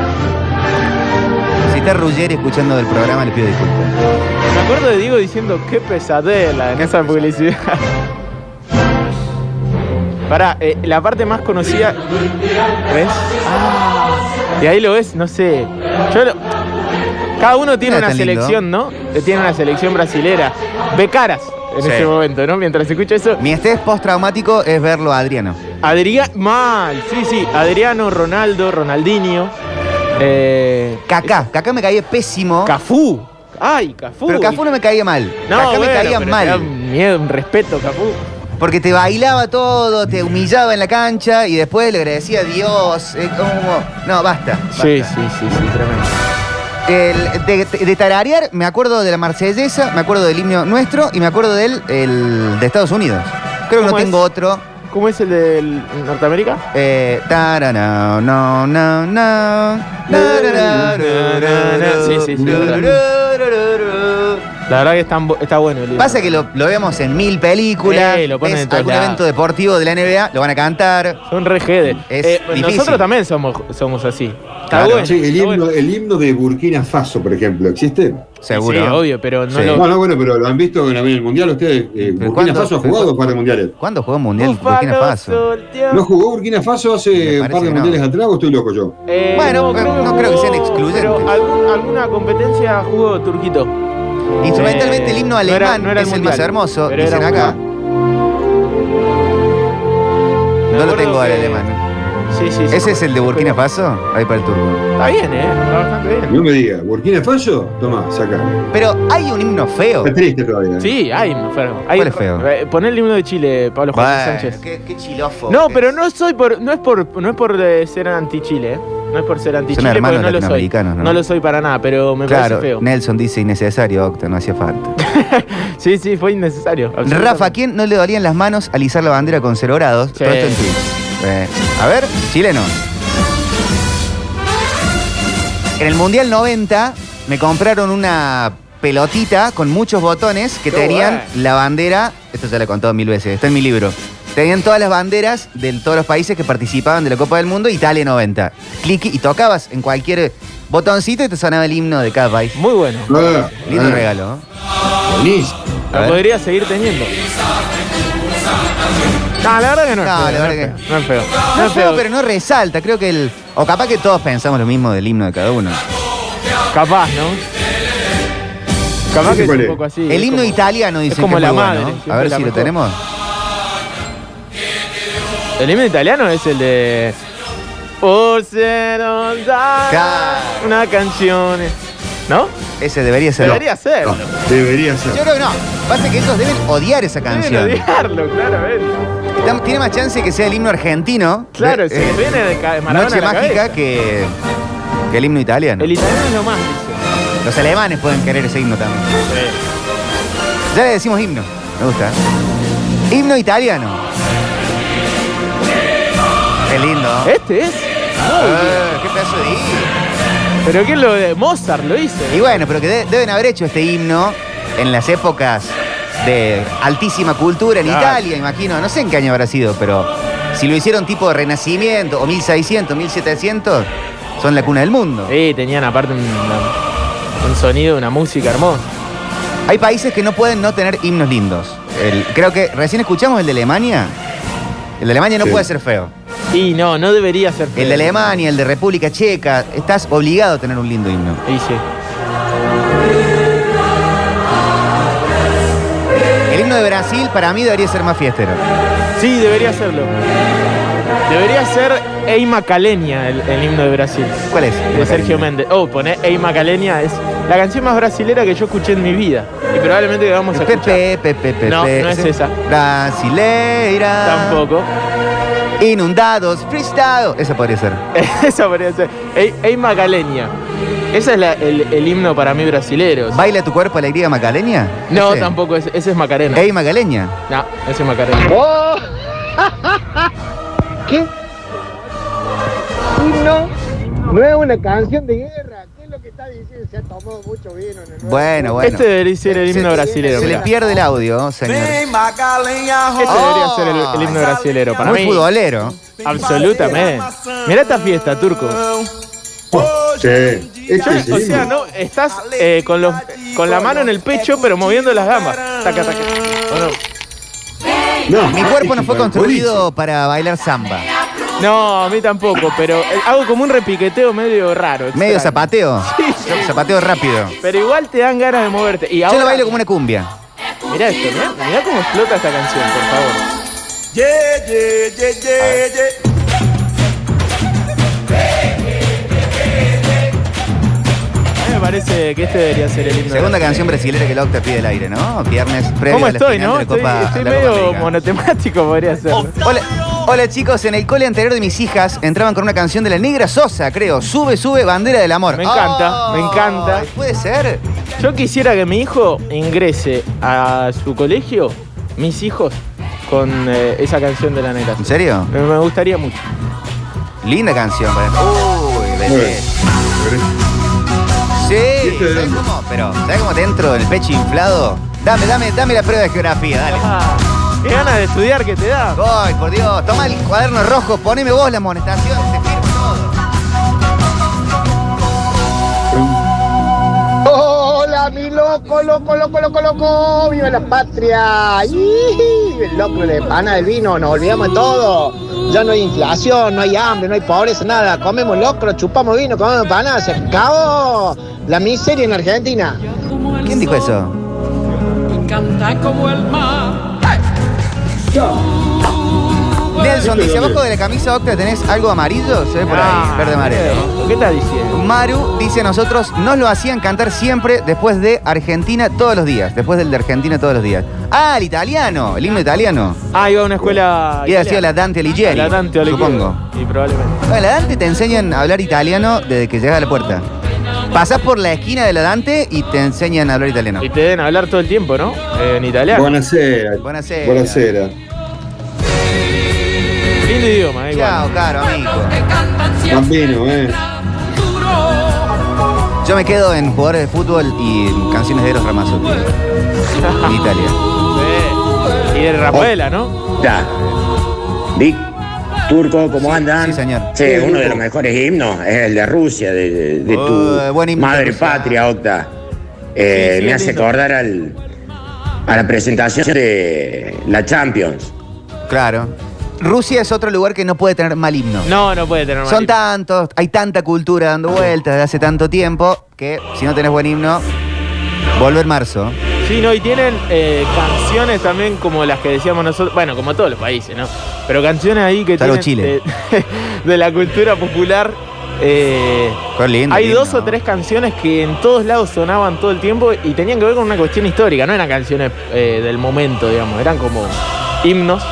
S2: Si está Ruggeri escuchando del programa, le pido disculpas.
S4: Me acuerdo de Diego diciendo, qué pesadela en esa publicidad. Pará, eh, la parte más conocida. ¿Ves? Ah, Y ahí lo ves, no sé. Yo lo- Cada uno tiene
S2: No es
S4: una
S2: tan lindo.
S4: selección, ¿no? Eh, Tiene una selección brasilera. Becaras en
S2: Sí.
S4: ese momento, ¿no? Mientras escucha eso.
S2: Mi estrés postraumático es verlo a Adriano.
S4: Adrián. Mal, sí, sí. Adriano, Ronaldo, Ronaldinho. Eh,
S2: Cacá, Cacá me caía pésimo.
S4: Cafú. Ay, Cafú.
S2: Pero Cafú no me caía mal.
S4: No,
S2: Cafú me
S4: bueno,
S2: caía
S4: pero te da
S2: mal.
S4: un miedo, un respeto, Cafú.
S2: Porque te bailaba todo, te humillaba en la cancha y después le agradecía a Dios. Es como. No, basta.
S4: Sí, sí, sí, sí, tremendo.
S2: El- de, de tararear, me acuerdo de la marsellesa, me acuerdo del himno nuestro y me acuerdo del el de Estados Unidos. Creo que no
S4: ¿Cómo es?
S2: tengo otro.
S4: ¿Cómo es el de Norteamérica?
S2: Eh, tarara, no, no, no, no. Tarara,
S4: Sí, sí, sí. La verdad que está, está bueno el libro.
S2: Pasa que lo, lo vemos en mil películas.
S4: Sí, lo ponen
S2: ves
S4: en todos
S2: algún
S4: lados.
S2: evento deportivo de la NBA, lo van a cantar.
S4: Son re jede.
S2: Es
S4: Eh,
S2: difícil.
S4: nosotros también somos, somos así. Está
S3: Claro.
S4: bueno.
S3: Che, el, himno, el himno de Burkina Faso, por ejemplo, ¿existe?
S4: Seguro. Sí, obvio, pero Ah, no lo-
S3: No, no, bueno, pero lo han visto en el Mundial ustedes. Eh, Burkina
S2: cuándo-
S3: Faso ha
S2: pero
S3: jugado
S2: cu-
S3: un par de mundiales.
S2: ¿Cuándo jugó Mundial
S4: Búfalo
S2: Burkina Faso?
S4: solteado.
S3: ¿No jugó Burkina Faso hace un par
S2: parece
S3: de
S2: que no.
S3: mundiales atrás o estoy loco yo?
S4: Eh,
S2: Bueno, no creo que sean
S4: jugó,
S2: excluyentes.
S4: Pero algún- alguna competencia jugó Turquito.
S2: Instrumentalmente
S4: Eh,
S2: el himno
S4: no era-
S2: alemán
S4: no era
S2: es el
S4: mundial,
S2: más hermoso,
S4: pero
S2: dicen
S4: era
S2: acá.
S4: mundial. Me
S2: No lo
S4: acuerdo
S2: tengo al
S4: que-
S2: alemán.
S4: Sí, sí, sí.
S2: ¿Ese es el de Burkina Faso? Ahí para el turco.
S4: Está bien, ¿eh? Está bastante bien.
S3: No me diga, ¿Burkina Faso? Tomá, saca.
S2: Pero hay un himno feo.
S3: Está triste todavía. ¿eh?
S4: Sí, hay, me fueron. Hay-
S2: ¿Cuál es feo?
S4: eh, Poné el himno de Chile, Pablo José
S2: Bueno,
S4: Sánchez.
S2: Qué, qué chilofo.
S4: No,
S2: que
S4: pero
S2: es.
S4: no soy por, no es por, no es por eh, ser anti-Chile, ¿eh? no es por ser anti-Chile, porque
S2: hermanos
S4: no lo soy,
S2: latinoamericanos, ¿no?
S4: no lo soy para nada, pero me
S2: Claro,
S4: parece feo.
S2: Nelson dice innecesario, Octa, no hacía falta.
S4: Sí, sí, fue innecesario. absolutamente.
S2: Rafa, ¿a ¿quién no le dolían las manos al izar la bandera con cero grados?
S4: Sí.
S2: Todo esto en Twitch. Eh, a ver, chileno. En el Mundial 90 me compraron una pelotita con muchos botones que
S4: Qué
S2: tenían
S4: bueno.
S2: la bandera. Esto ya lo he contado mil veces, está en mi libro. Tenían todas las banderas de todos los países que participaban de la Copa del Mundo, Italia 90. Clic y tocabas en cualquier botoncito y te sonaba el himno de cada país.
S4: Muy bueno.
S3: Ah,
S2: Lindo
S3: ah,
S2: regalo. ¿no?
S3: buenísimo.
S2: A
S4: Lo
S2: ver.
S4: podría seguir teniendo. No, la verdad que no.
S2: No,
S4: es feo,
S2: la verdad
S4: es
S2: que-
S4: feo, No es feo.
S2: No es feo, pero no resalta. Creo que el. O capaz que todos pensamos lo mismo del himno de cada uno.
S4: Capaz, ¿no? Capaz
S3: Ese
S4: que es
S3: cuál
S4: un
S3: es.
S4: poco así.
S2: el
S4: es
S2: himno
S4: como-
S2: italiano
S4: es
S2: dice que
S4: como
S2: es
S4: la
S2: muy
S4: madre,
S2: bueno.
S4: siempre
S2: A ver
S4: la
S2: si lo
S4: mejor.
S2: tenemos.
S4: El himno italiano es el de. Por ser
S2: Claro.
S4: una canción. ¿No?
S2: Ese debería ser.
S4: Debería ser.
S3: No, Ah, debería ser.
S2: Yo creo que no. Pasa que ellos deben odiar esa
S4: Deben
S2: canción.
S4: odiarlo, claramente.
S2: Está- Tiene más chance que sea el himno argentino.
S4: Claro,
S2: de-
S4: se
S2: eh,
S4: le viene de ca- Maradona
S2: Noche
S4: a la
S2: mágica
S4: cabeza.
S2: que, que el himno italiano.
S4: El italiano es lo más, dice.
S2: Los alemanes pueden querer ese himno también. Ya le decimos himno. Me gusta. Himno italiano. Qué lindo.
S4: Este es.
S2: Eh, qué pedazo de himno.
S4: Pero que lo de Mozart lo hizo.
S2: Y bueno, pero que de- deben haber hecho este himno en las épocas de altísima cultura en
S4: Claro.
S2: Italia, imagino. No sé en qué año habrá sido, pero si lo hicieron tipo Renacimiento o 1600, 1700, son la cuna del mundo.
S4: Sí, tenían aparte un, una- un sonido, una música hermosa.
S2: Hay países que no pueden no tener himnos lindos. El- creo que recién escuchamos el de Alemania. El de Alemania no
S3: Sí.
S2: puede ser feo.
S4: Y no, no debería ser. feo.
S2: El de Alemania, el de República Checa, estás obligado a tener un lindo himno.
S4: Y sí.
S2: El himno de Brasil para mí debería ser más fiestero.
S4: Sí, debería serlo. Debería ser Eima Calenia, el, el himno de Brasil.
S2: ¿Cuál es?
S4: De Sergio Méndez. Oh, poné Eima Calenia es la canción más brasilera que yo escuché en mi vida. Y probablemente que vamos a escuchar.
S2: Pepe, Pepe, Pepe.
S4: No, no es esa.
S2: Brasileira.
S4: Tampoco.
S2: Inundados, freestyle. Esa podría ser.
S4: Esa podría ser. Ey, Ey Magaleña. Ese es la- el, el himno para mí brasilero.
S2: ¿Baila tu cuerpo alegría magaleña?
S4: No,
S2: Ese.
S4: tampoco, ese, ese es Macarena.
S2: ¿Ey Ah, magaleña?
S4: No, ese es Macarena.
S13: ¿Qué? Himno no es una canción de guerra. ¿Qué es lo que está diciendo? Se ha tomado mucho vino en el
S2: Bueno, bueno.
S4: Este debería ser el himno
S2: Se-
S4: brasilero.
S2: Se le
S4: mirá.
S2: pierde el audio, señor.
S4: Este debería ser el, el himno brasilero para
S2: Ah. Muy
S4: mí.
S2: futbolero.
S4: Absolutamente. Mirá esta fiesta, turco.
S3: Sí. Este
S4: Yo-
S3: es el
S4: o sea,
S3: himno.
S4: no, estás eh, con, los, con la mano en el pecho, pero moviendo las gambas. Taca, taca. ¿O no?
S3: No,
S2: Mi cuerpo no fue construido para bailar samba.
S4: No, a mí tampoco, pero eh, hago como un repiqueteo medio raro. extraño.
S2: Medio zapateo.
S4: Sí.
S2: Zapateo rápido.
S4: Pero igual te dan ganas de moverte. Y ahora,
S2: Yo lo bailo como una cumbia.
S4: Mirá esto, mirá, mirá cómo explota esta canción, por favor. A mí parece que este debería ser el himno.
S2: Segunda canción brasilera que el Octa pide el aire, ¿no? Viernes previo
S4: ¿Cómo
S2: a la
S4: estoy,
S2: final
S4: no?
S2: de la
S4: Estoy,
S2: Copa. la
S4: estoy
S2: Copa
S4: medio
S2: América.
S4: monotemático, podría ser.
S2: Hola, hola, chicos, en el cole anterior de mis hijas entraban con una canción de la Negra Sosa, creo. Sube, sube, bandera del amor.
S4: Me encanta, me encanta.
S2: Puede ser.
S4: Yo quisiera que mi hijo ingrese a su colegio, mis hijos, con eh, esa canción de la negra. ¿En
S2: serio?
S4: Me, me gustaría mucho.
S2: Linda canción, por ejemplo. Uy, bebé. Sí, ¿sabes cómo? Pero, ¿sabes cómo te entro el pecho inflado? Dame, dame, dame la prueba de geografía, dale.
S4: Ah, Qué ganas de estudiar que te da.
S2: Voy, por Dios, toma el cuaderno rojo, poneme vos la amonestación, te firmo todo.
S13: Hola, mi loco, loco, loco, loco, loco. Viva la patria. ¡Yii! El loco de pana del vino, nos olvidamos de todo. Ya no hay inflación, no hay hambre, no hay pobreza, nada. Comemos locro, chupamos vino, comemos pana. Se acabó la miseria en Argentina.
S2: ¿Quién dijo eso?
S14: Canta como el mar.
S2: Nelson dice, abajo de la camisa octa tenés algo amarillo, se ve por
S14: Ah.
S2: ahí, verde amarelo.
S4: Ah, ¿Qué estás diciendo?
S2: Maru dice, nosotros nos lo hacían cantar siempre después de Argentina todos los días, después del de Argentina todos los días. Ah, el italiano, el himno italiano.
S4: Ah, iba a una escuela.
S2: Y ha sido la Dante Alighieri,
S4: La Dante Alighieri.
S2: supongo.
S4: Y probablemente.
S2: Bueno, la Dante te enseñan a hablar italiano desde que llegas a la puerta. Pasás por la esquina de la Dante y te enseñan a hablar italiano.
S4: Y te deben hablar todo el tiempo, ¿no? Eh, en italiano.
S3: Buonasera.
S2: Buonasera.
S3: Buonasera.
S4: Lindo idioma, eh, igual.
S2: Chao, caro amigo.
S3: Bambino, eh.
S2: Yo me quedo en jugadores de fútbol y canciones de Eros Ramazzotti. En Italia.
S4: Sí. Y de Rafaela, ¿no?
S15: Ya. Vic, turco, ¿cómo andan? Sí,
S2: señor.
S15: Sí,
S2: Sí,
S15: uno
S2: turco.
S15: de los mejores himnos es el de Rusia, de, de- de tu
S2: Eh, buen himno de
S15: madre
S2: Rusia.
S15: patria, Octa. Eh,
S2: Sí, sí,
S15: me
S2: es
S15: hace
S2: lindo.
S15: acordar al, a la presentación de la Champions.
S2: Claro. Rusia es otro lugar que no puede tener mal himno.
S4: No, no puede tener más.
S2: Son tantos, hay tanta cultura dando vueltas desde hace tanto tiempo que si no tenés buen himno, volver marzo.
S4: Sí, no, y tienen eh, canciones también como las que decíamos nosotros, bueno, como todos los países, ¿no? Pero canciones ahí que
S2: Salvo
S4: tienen
S2: Chile.
S4: De, de la cultura popular. eh,
S2: Qué lindo,
S4: hay
S2: lindo.
S4: dos o tres canciones que en todos lados sonaban todo el tiempo y tenían que ver con una cuestión histórica, no eran canciones eh, del momento, digamos, eran como himnos,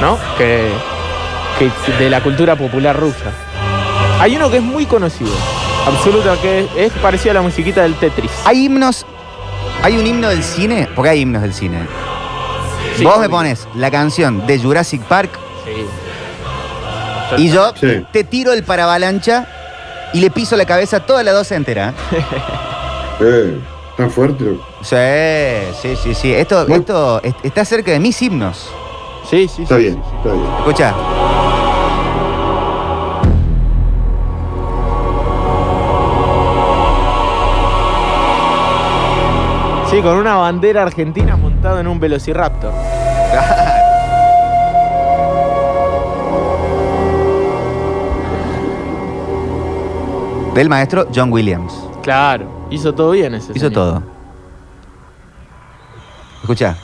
S4: ¿no? Que, que de la cultura popular rusa. Hay uno que es muy conocido, absoluta, que es, es parecido a la musiquita del Tetris.
S2: Hay himnos. Hay un himno del cine, porque hay himnos del cine.
S4: Sí,
S2: Vos me
S4: obvio.
S2: pones la canción de Jurassic Park
S4: Sí.
S2: y yo
S3: Sí.
S2: te tiro el paravalancha y le piso la cabeza toda la doce entera.
S3: Eh, tan fuerte.
S2: Sí, sí, sí, sí. Esto, esto es- está cerca de mis himnos.
S4: Sí, sí,
S3: Está bien, está bien.
S2: Escucha.
S4: Sí, con una bandera argentina montada en un velociraptor.
S2: Del maestro John Williams.
S4: Claro, hizo todo bien ese.
S2: Hizo
S4: señor.
S2: todo. Escucha.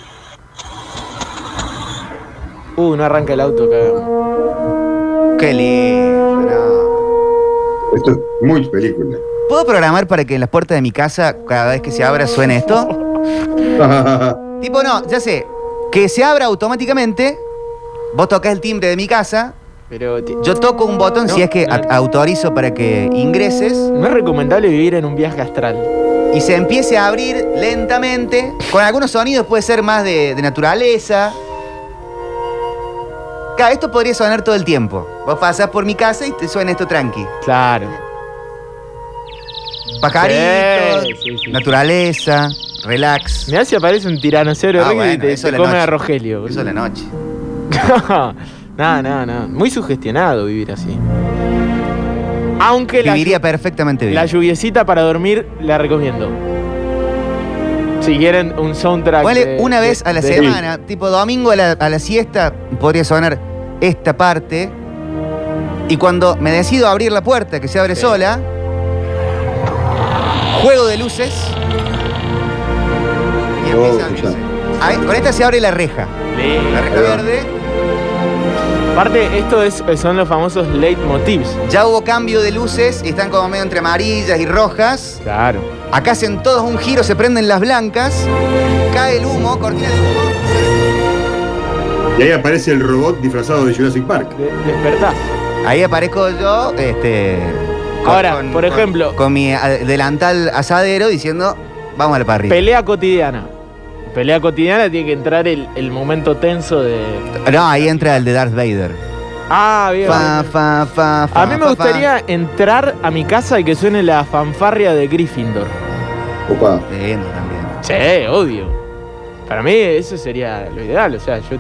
S4: Uh, no arranca el auto, cagamos.
S2: Qué lindo. no.
S3: Esto es muy película.
S2: ¿Puedo programar para que en las puertas de mi casa, cada vez que se abra, suene esto? Tipo, no, ya sé. Que se abra automáticamente. Vos tocas el timbre de mi casa.
S4: Pero ti-
S2: Yo toco un botón si es que a- autorizo para que ingreses.
S4: no es recomendable vivir en un viaje astral.
S2: Y se empiece a abrir lentamente. Con algunos sonidos puede ser más de, de naturaleza. Claro, esto podría sonar todo el tiempo. Vos pasás por mi casa y te suena esto tranqui.
S4: Claro.
S2: Pajaritos,
S4: Sí, sí, sí.
S2: naturaleza, relax.
S4: Me hace aparece un tiranosaurio
S2: Ah,
S4: Rex y
S2: bueno,
S4: te,
S2: eso
S4: te
S2: la
S4: come
S2: noche.
S4: a Rogelio.
S2: Eso es la noche.
S4: no, no, no. Muy sugestionado vivir así. Aunque la,
S2: Viviría perfectamente bien.
S4: la lluviecita para dormir la recomiendo. Si quieren un soundtrack.
S2: Ponele
S4: de-
S2: una
S4: de-
S2: vez a la
S4: de-
S2: semana, tipo domingo a la, a la siesta, podría sonar esta parte. Y cuando me decido abrir la puerta, que se abre sola, juego de luces. Y empieza a abrirse. Ahí, con esta se abre la reja.
S4: Lindo.
S2: Oh, La reja verde.
S4: Aparte, esto es, son los famosos leitmotivs.
S2: Ya hubo cambio de luces y están como medio entre amarillas y rojas.
S4: Claro.
S2: Acá hacen todos un giro, se prenden las blancas, cae el humo, cortina de humo.
S3: Y ahí aparece el robot disfrazado de Jurassic Park.
S4: Despertás.
S2: Ahí aparezco yo, este.
S4: Ahora, por ejemplo-
S2: Con, mi a- delantal asadero diciendo, vamos al parrilla.
S4: Pelea cotidiana. Pelea cotidiana tiene que entrar el, el momento tenso de.
S2: no, ahí entra el de Darth Vader.
S4: Ah, bien.
S2: Fa, fa, fa, fa,
S4: a mí me
S2: fa,
S4: gustaría entrar a mi casa y que suene la fanfarria de Gryffindor.
S3: Opa.
S2: fa. Sí, no, también.
S4: Sí, obvio. Para mí eso sería lo ideal, o sea, yo...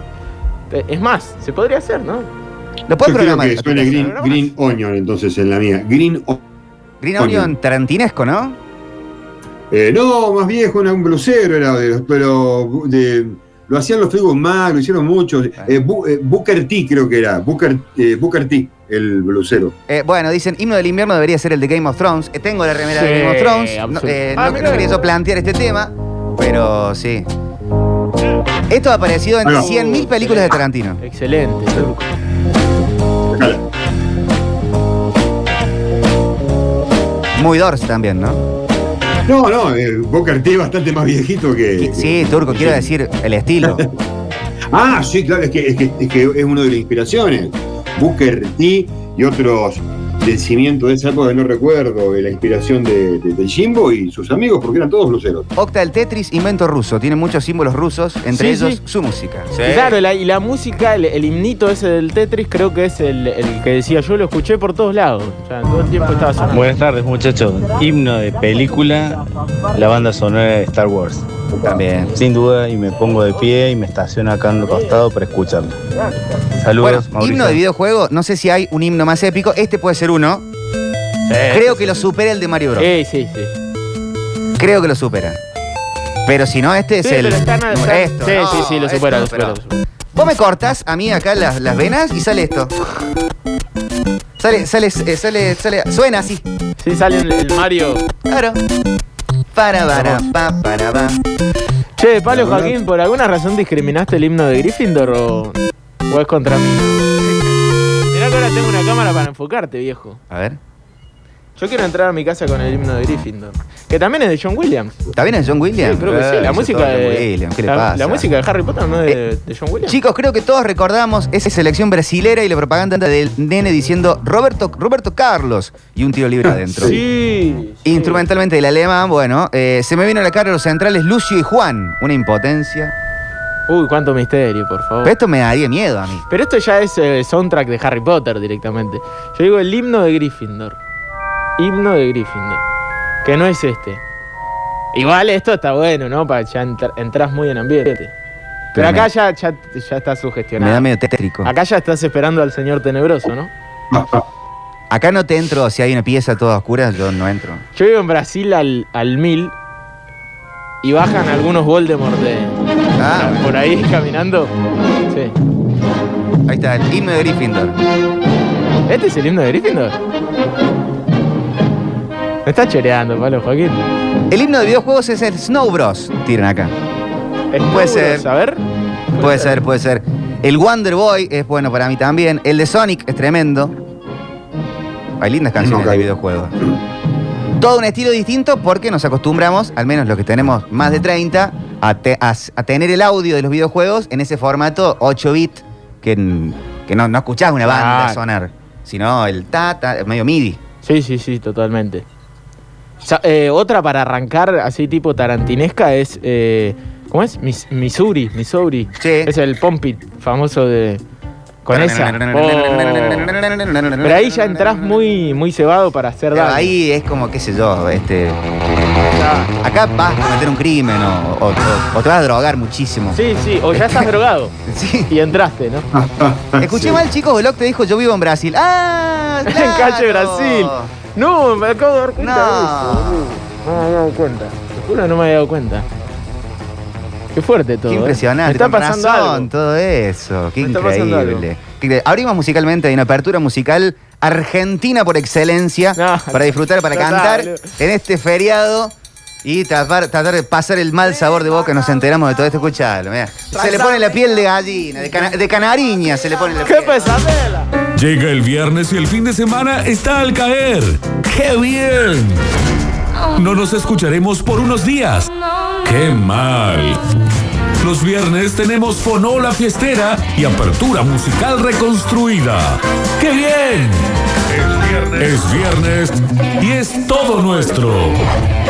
S4: eh, Es más, se podría hacer,
S2: Lo
S4: ¿no?
S3: Yo
S2: puedes programar.
S3: creo que suena Green, Green Onion entonces en la mía. Green O-
S2: Green Onion tarantinesco, ¿no?
S3: Eh, no, más viejo, era un blusero, era de los- pero de- lo hacían los Fleetwood Mac, lo hicieron muchos. Eh, Bu- eh, Booker T creo que era, Booker, eh, Booker T, el blusero.
S2: Eh, bueno, dicen, himno del invierno debería ser el de Game of Thrones. Eh, tengo la remera de
S3: Sí,
S2: Game of Thrones. No, eh, no-
S4: Ah,
S2: no
S4: mirá.
S2: quería yo plantear este tema, pero sí. Esto ha aparecido en
S4: Ahí va.
S2: 100.000 películas de Tarantino.
S4: Excelente.
S2: Muy Doors también, ¿no?
S3: No, no, eh, Booker T bastante más viejito que.
S2: Sí, Turco, quiero decir el estilo.
S3: ah, sí, claro, es que es, que, es, que es una de las inspiraciones. Booker T y otros del cimiento de esa época que no recuerdo, eh, la inspiración de, de- de Jimbo y sus amigos, porque eran todos bluseros.
S2: Octa el Tetris, invento ruso. Tiene muchos símbolos rusos, entre
S4: Sí,
S2: ellos
S4: sí.
S2: su música.
S4: Claro, la- y la música, el, el himnito ese del Tetris, creo que es el, el que decía yo, lo escuché por todos lados. O sea, todo el tiempo estaba sonando.
S16: Buenas tardes muchachos, himno de película, la banda sonora de Star Wars.
S2: También.
S16: Sin duda, y me pongo de pie y me estaciono acá en el costado para escucharlo. Saludos,
S2: Bueno, himno de videojuego, no sé si hay un himno más épico. Este puede ser uno. Creo que lo supera el de Mario Bros.
S4: Sí, sí, sí.
S2: Creo que lo supera. Pero si no, este es
S4: Sí,
S2: el.
S4: pero están- están-
S2: esto,
S4: sí,
S2: no,
S4: sí, sí, lo
S2: esto,
S4: supera, lo
S2: pero-
S4: supera. lo supera.
S2: Vos me cortas a mí acá las, las venas y sale esto. Sale, sale, eh, sale, sale. Suena así.
S4: Sí, sale el, el Mario.
S2: Claro. Para, para, pa, para, pa.
S4: Che, Palo Joaquín, ¿por alguna razón discriminaste el himno de Gryffindor o, o es contra mí? Mirá que ahora tengo una cámara para enfocarte, viejo.
S2: A ver.
S4: Yo quiero entrar a mi casa con el himno de Gryffindor, que también es de John Williams.
S2: ¿También es John Williams?
S4: Sí, creo que sí. La
S2: Eso
S4: música
S2: todo John
S4: de
S2: Williams, ¿qué le
S4: la,
S2: pasa? Eh,
S4: la música de Harry Potter no es de, de John Williams.
S2: Chicos, creo que todos recordamos esa selección brasilera y la propaganda del nene diciendo Roberto, Roberto Carlos y un tiro libre adentro.
S4: Sí.
S2: Instrumentalmente del alemán, bueno, eh, se me vino a la cara los centrales Lucio y Juan. Una impotencia.
S4: Uy, cuánto misterio, por favor.
S2: Pero esto me daría miedo a mí.
S4: Pero esto ya es eh, soundtrack de Harry Potter directamente. Yo digo el himno de Gryffindor. Himno de Gryffindor. Que no es este. Igual esto está bueno, ¿no? Pa- ya entr- entras muy en ambiente. Pero,
S2: Pero
S4: acá
S2: me-
S4: ya, ya, ya está
S2: Me da
S4: sugestionado.
S2: medio tétrico.
S4: Acá ya estás esperando al señor tenebroso, ¿no?
S2: Acá no te entro, si hay una pieza toda oscura, yo no entro.
S4: Yo vivo en Brasil al, al mil y bajan algunos Voldemort de,
S2: Ah,
S4: por ahí caminando. Sí.
S2: Ahí está, el himno de Gryffindor.
S4: ¿Este es el himno de Gryffindor? Me está choreando, Pablo Joaquín.
S2: El himno de videojuegos es el Snow Bros. Tiran acá. Puede ser.
S4: A ver.
S2: Puede ser, puede ser. El Wonder Boy es bueno para mí también. El de Sonic es tremendo. Hay lindas canciones de videojuegos. Todo un estilo distinto porque nos acostumbramos, al menos los que tenemos más de 30, a, te- a- a tener el audio de los videojuegos en ese formato 8-bit que, n- que no, no escuchás una banda
S4: Claro.
S2: sonar, sino el ta, ta, medio MIDI.
S4: Sí, sí, sí, totalmente. Sa- eh, otra para arrancar así tipo tarantinesca es. eh, ¿Cómo es? Mis- Missouri, Missouri. Es el Pompit famoso de. Con esa. Oh. Pero ahí ya entras muy, muy cebado para hacer
S2: Pero
S4: daño.
S2: ahí es como, qué sé yo, este. Acá vas a cometer un crimen o, o- o- o te vas a drogar muchísimo.
S4: Sí, sí, o ya estás drogado. Y entraste, ¿no?
S2: Escuché mal, chicos, Block te dijo yo vivo en Brasil. ¡Ah!
S4: En calle Brasil. No, me acabo de dar cuenta
S2: No.
S4: de eso, boludo. No me había dado cuenta. Te juro, no me había dado cuenta. Qué fuerte todo.
S2: Qué
S4: eh.
S2: impresionante.
S4: Me está
S2: con
S4: pasando
S2: razón,
S4: algo.
S2: todo eso. Qué
S4: Me está
S2: increíble.
S4: pasando
S2: Qué increíble. Abrimos musicalmente, hay una apertura musical argentina por excelencia para disfrutar, para
S4: total,
S2: cantar
S4: boludo.
S2: en este feriado y tratar, tratar de pasar el mal sabor de boca. Nos enteramos de todo esto. Escuchalo, mirá. Se le pone la piel de gallina, de, cana- de canariña se le pone la piel. ¡Qué
S4: pesadela!
S1: Llega el viernes y el fin de semana está al caer. ¡Qué bien! No nos escucharemos por unos días. ¡Qué mal! Los viernes tenemos Fonola Fiestera y Apertura Musical Reconstruida. ¡Qué bien! Es viernes. Es viernes y es todo nuestro.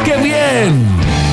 S1: ¡Qué bien!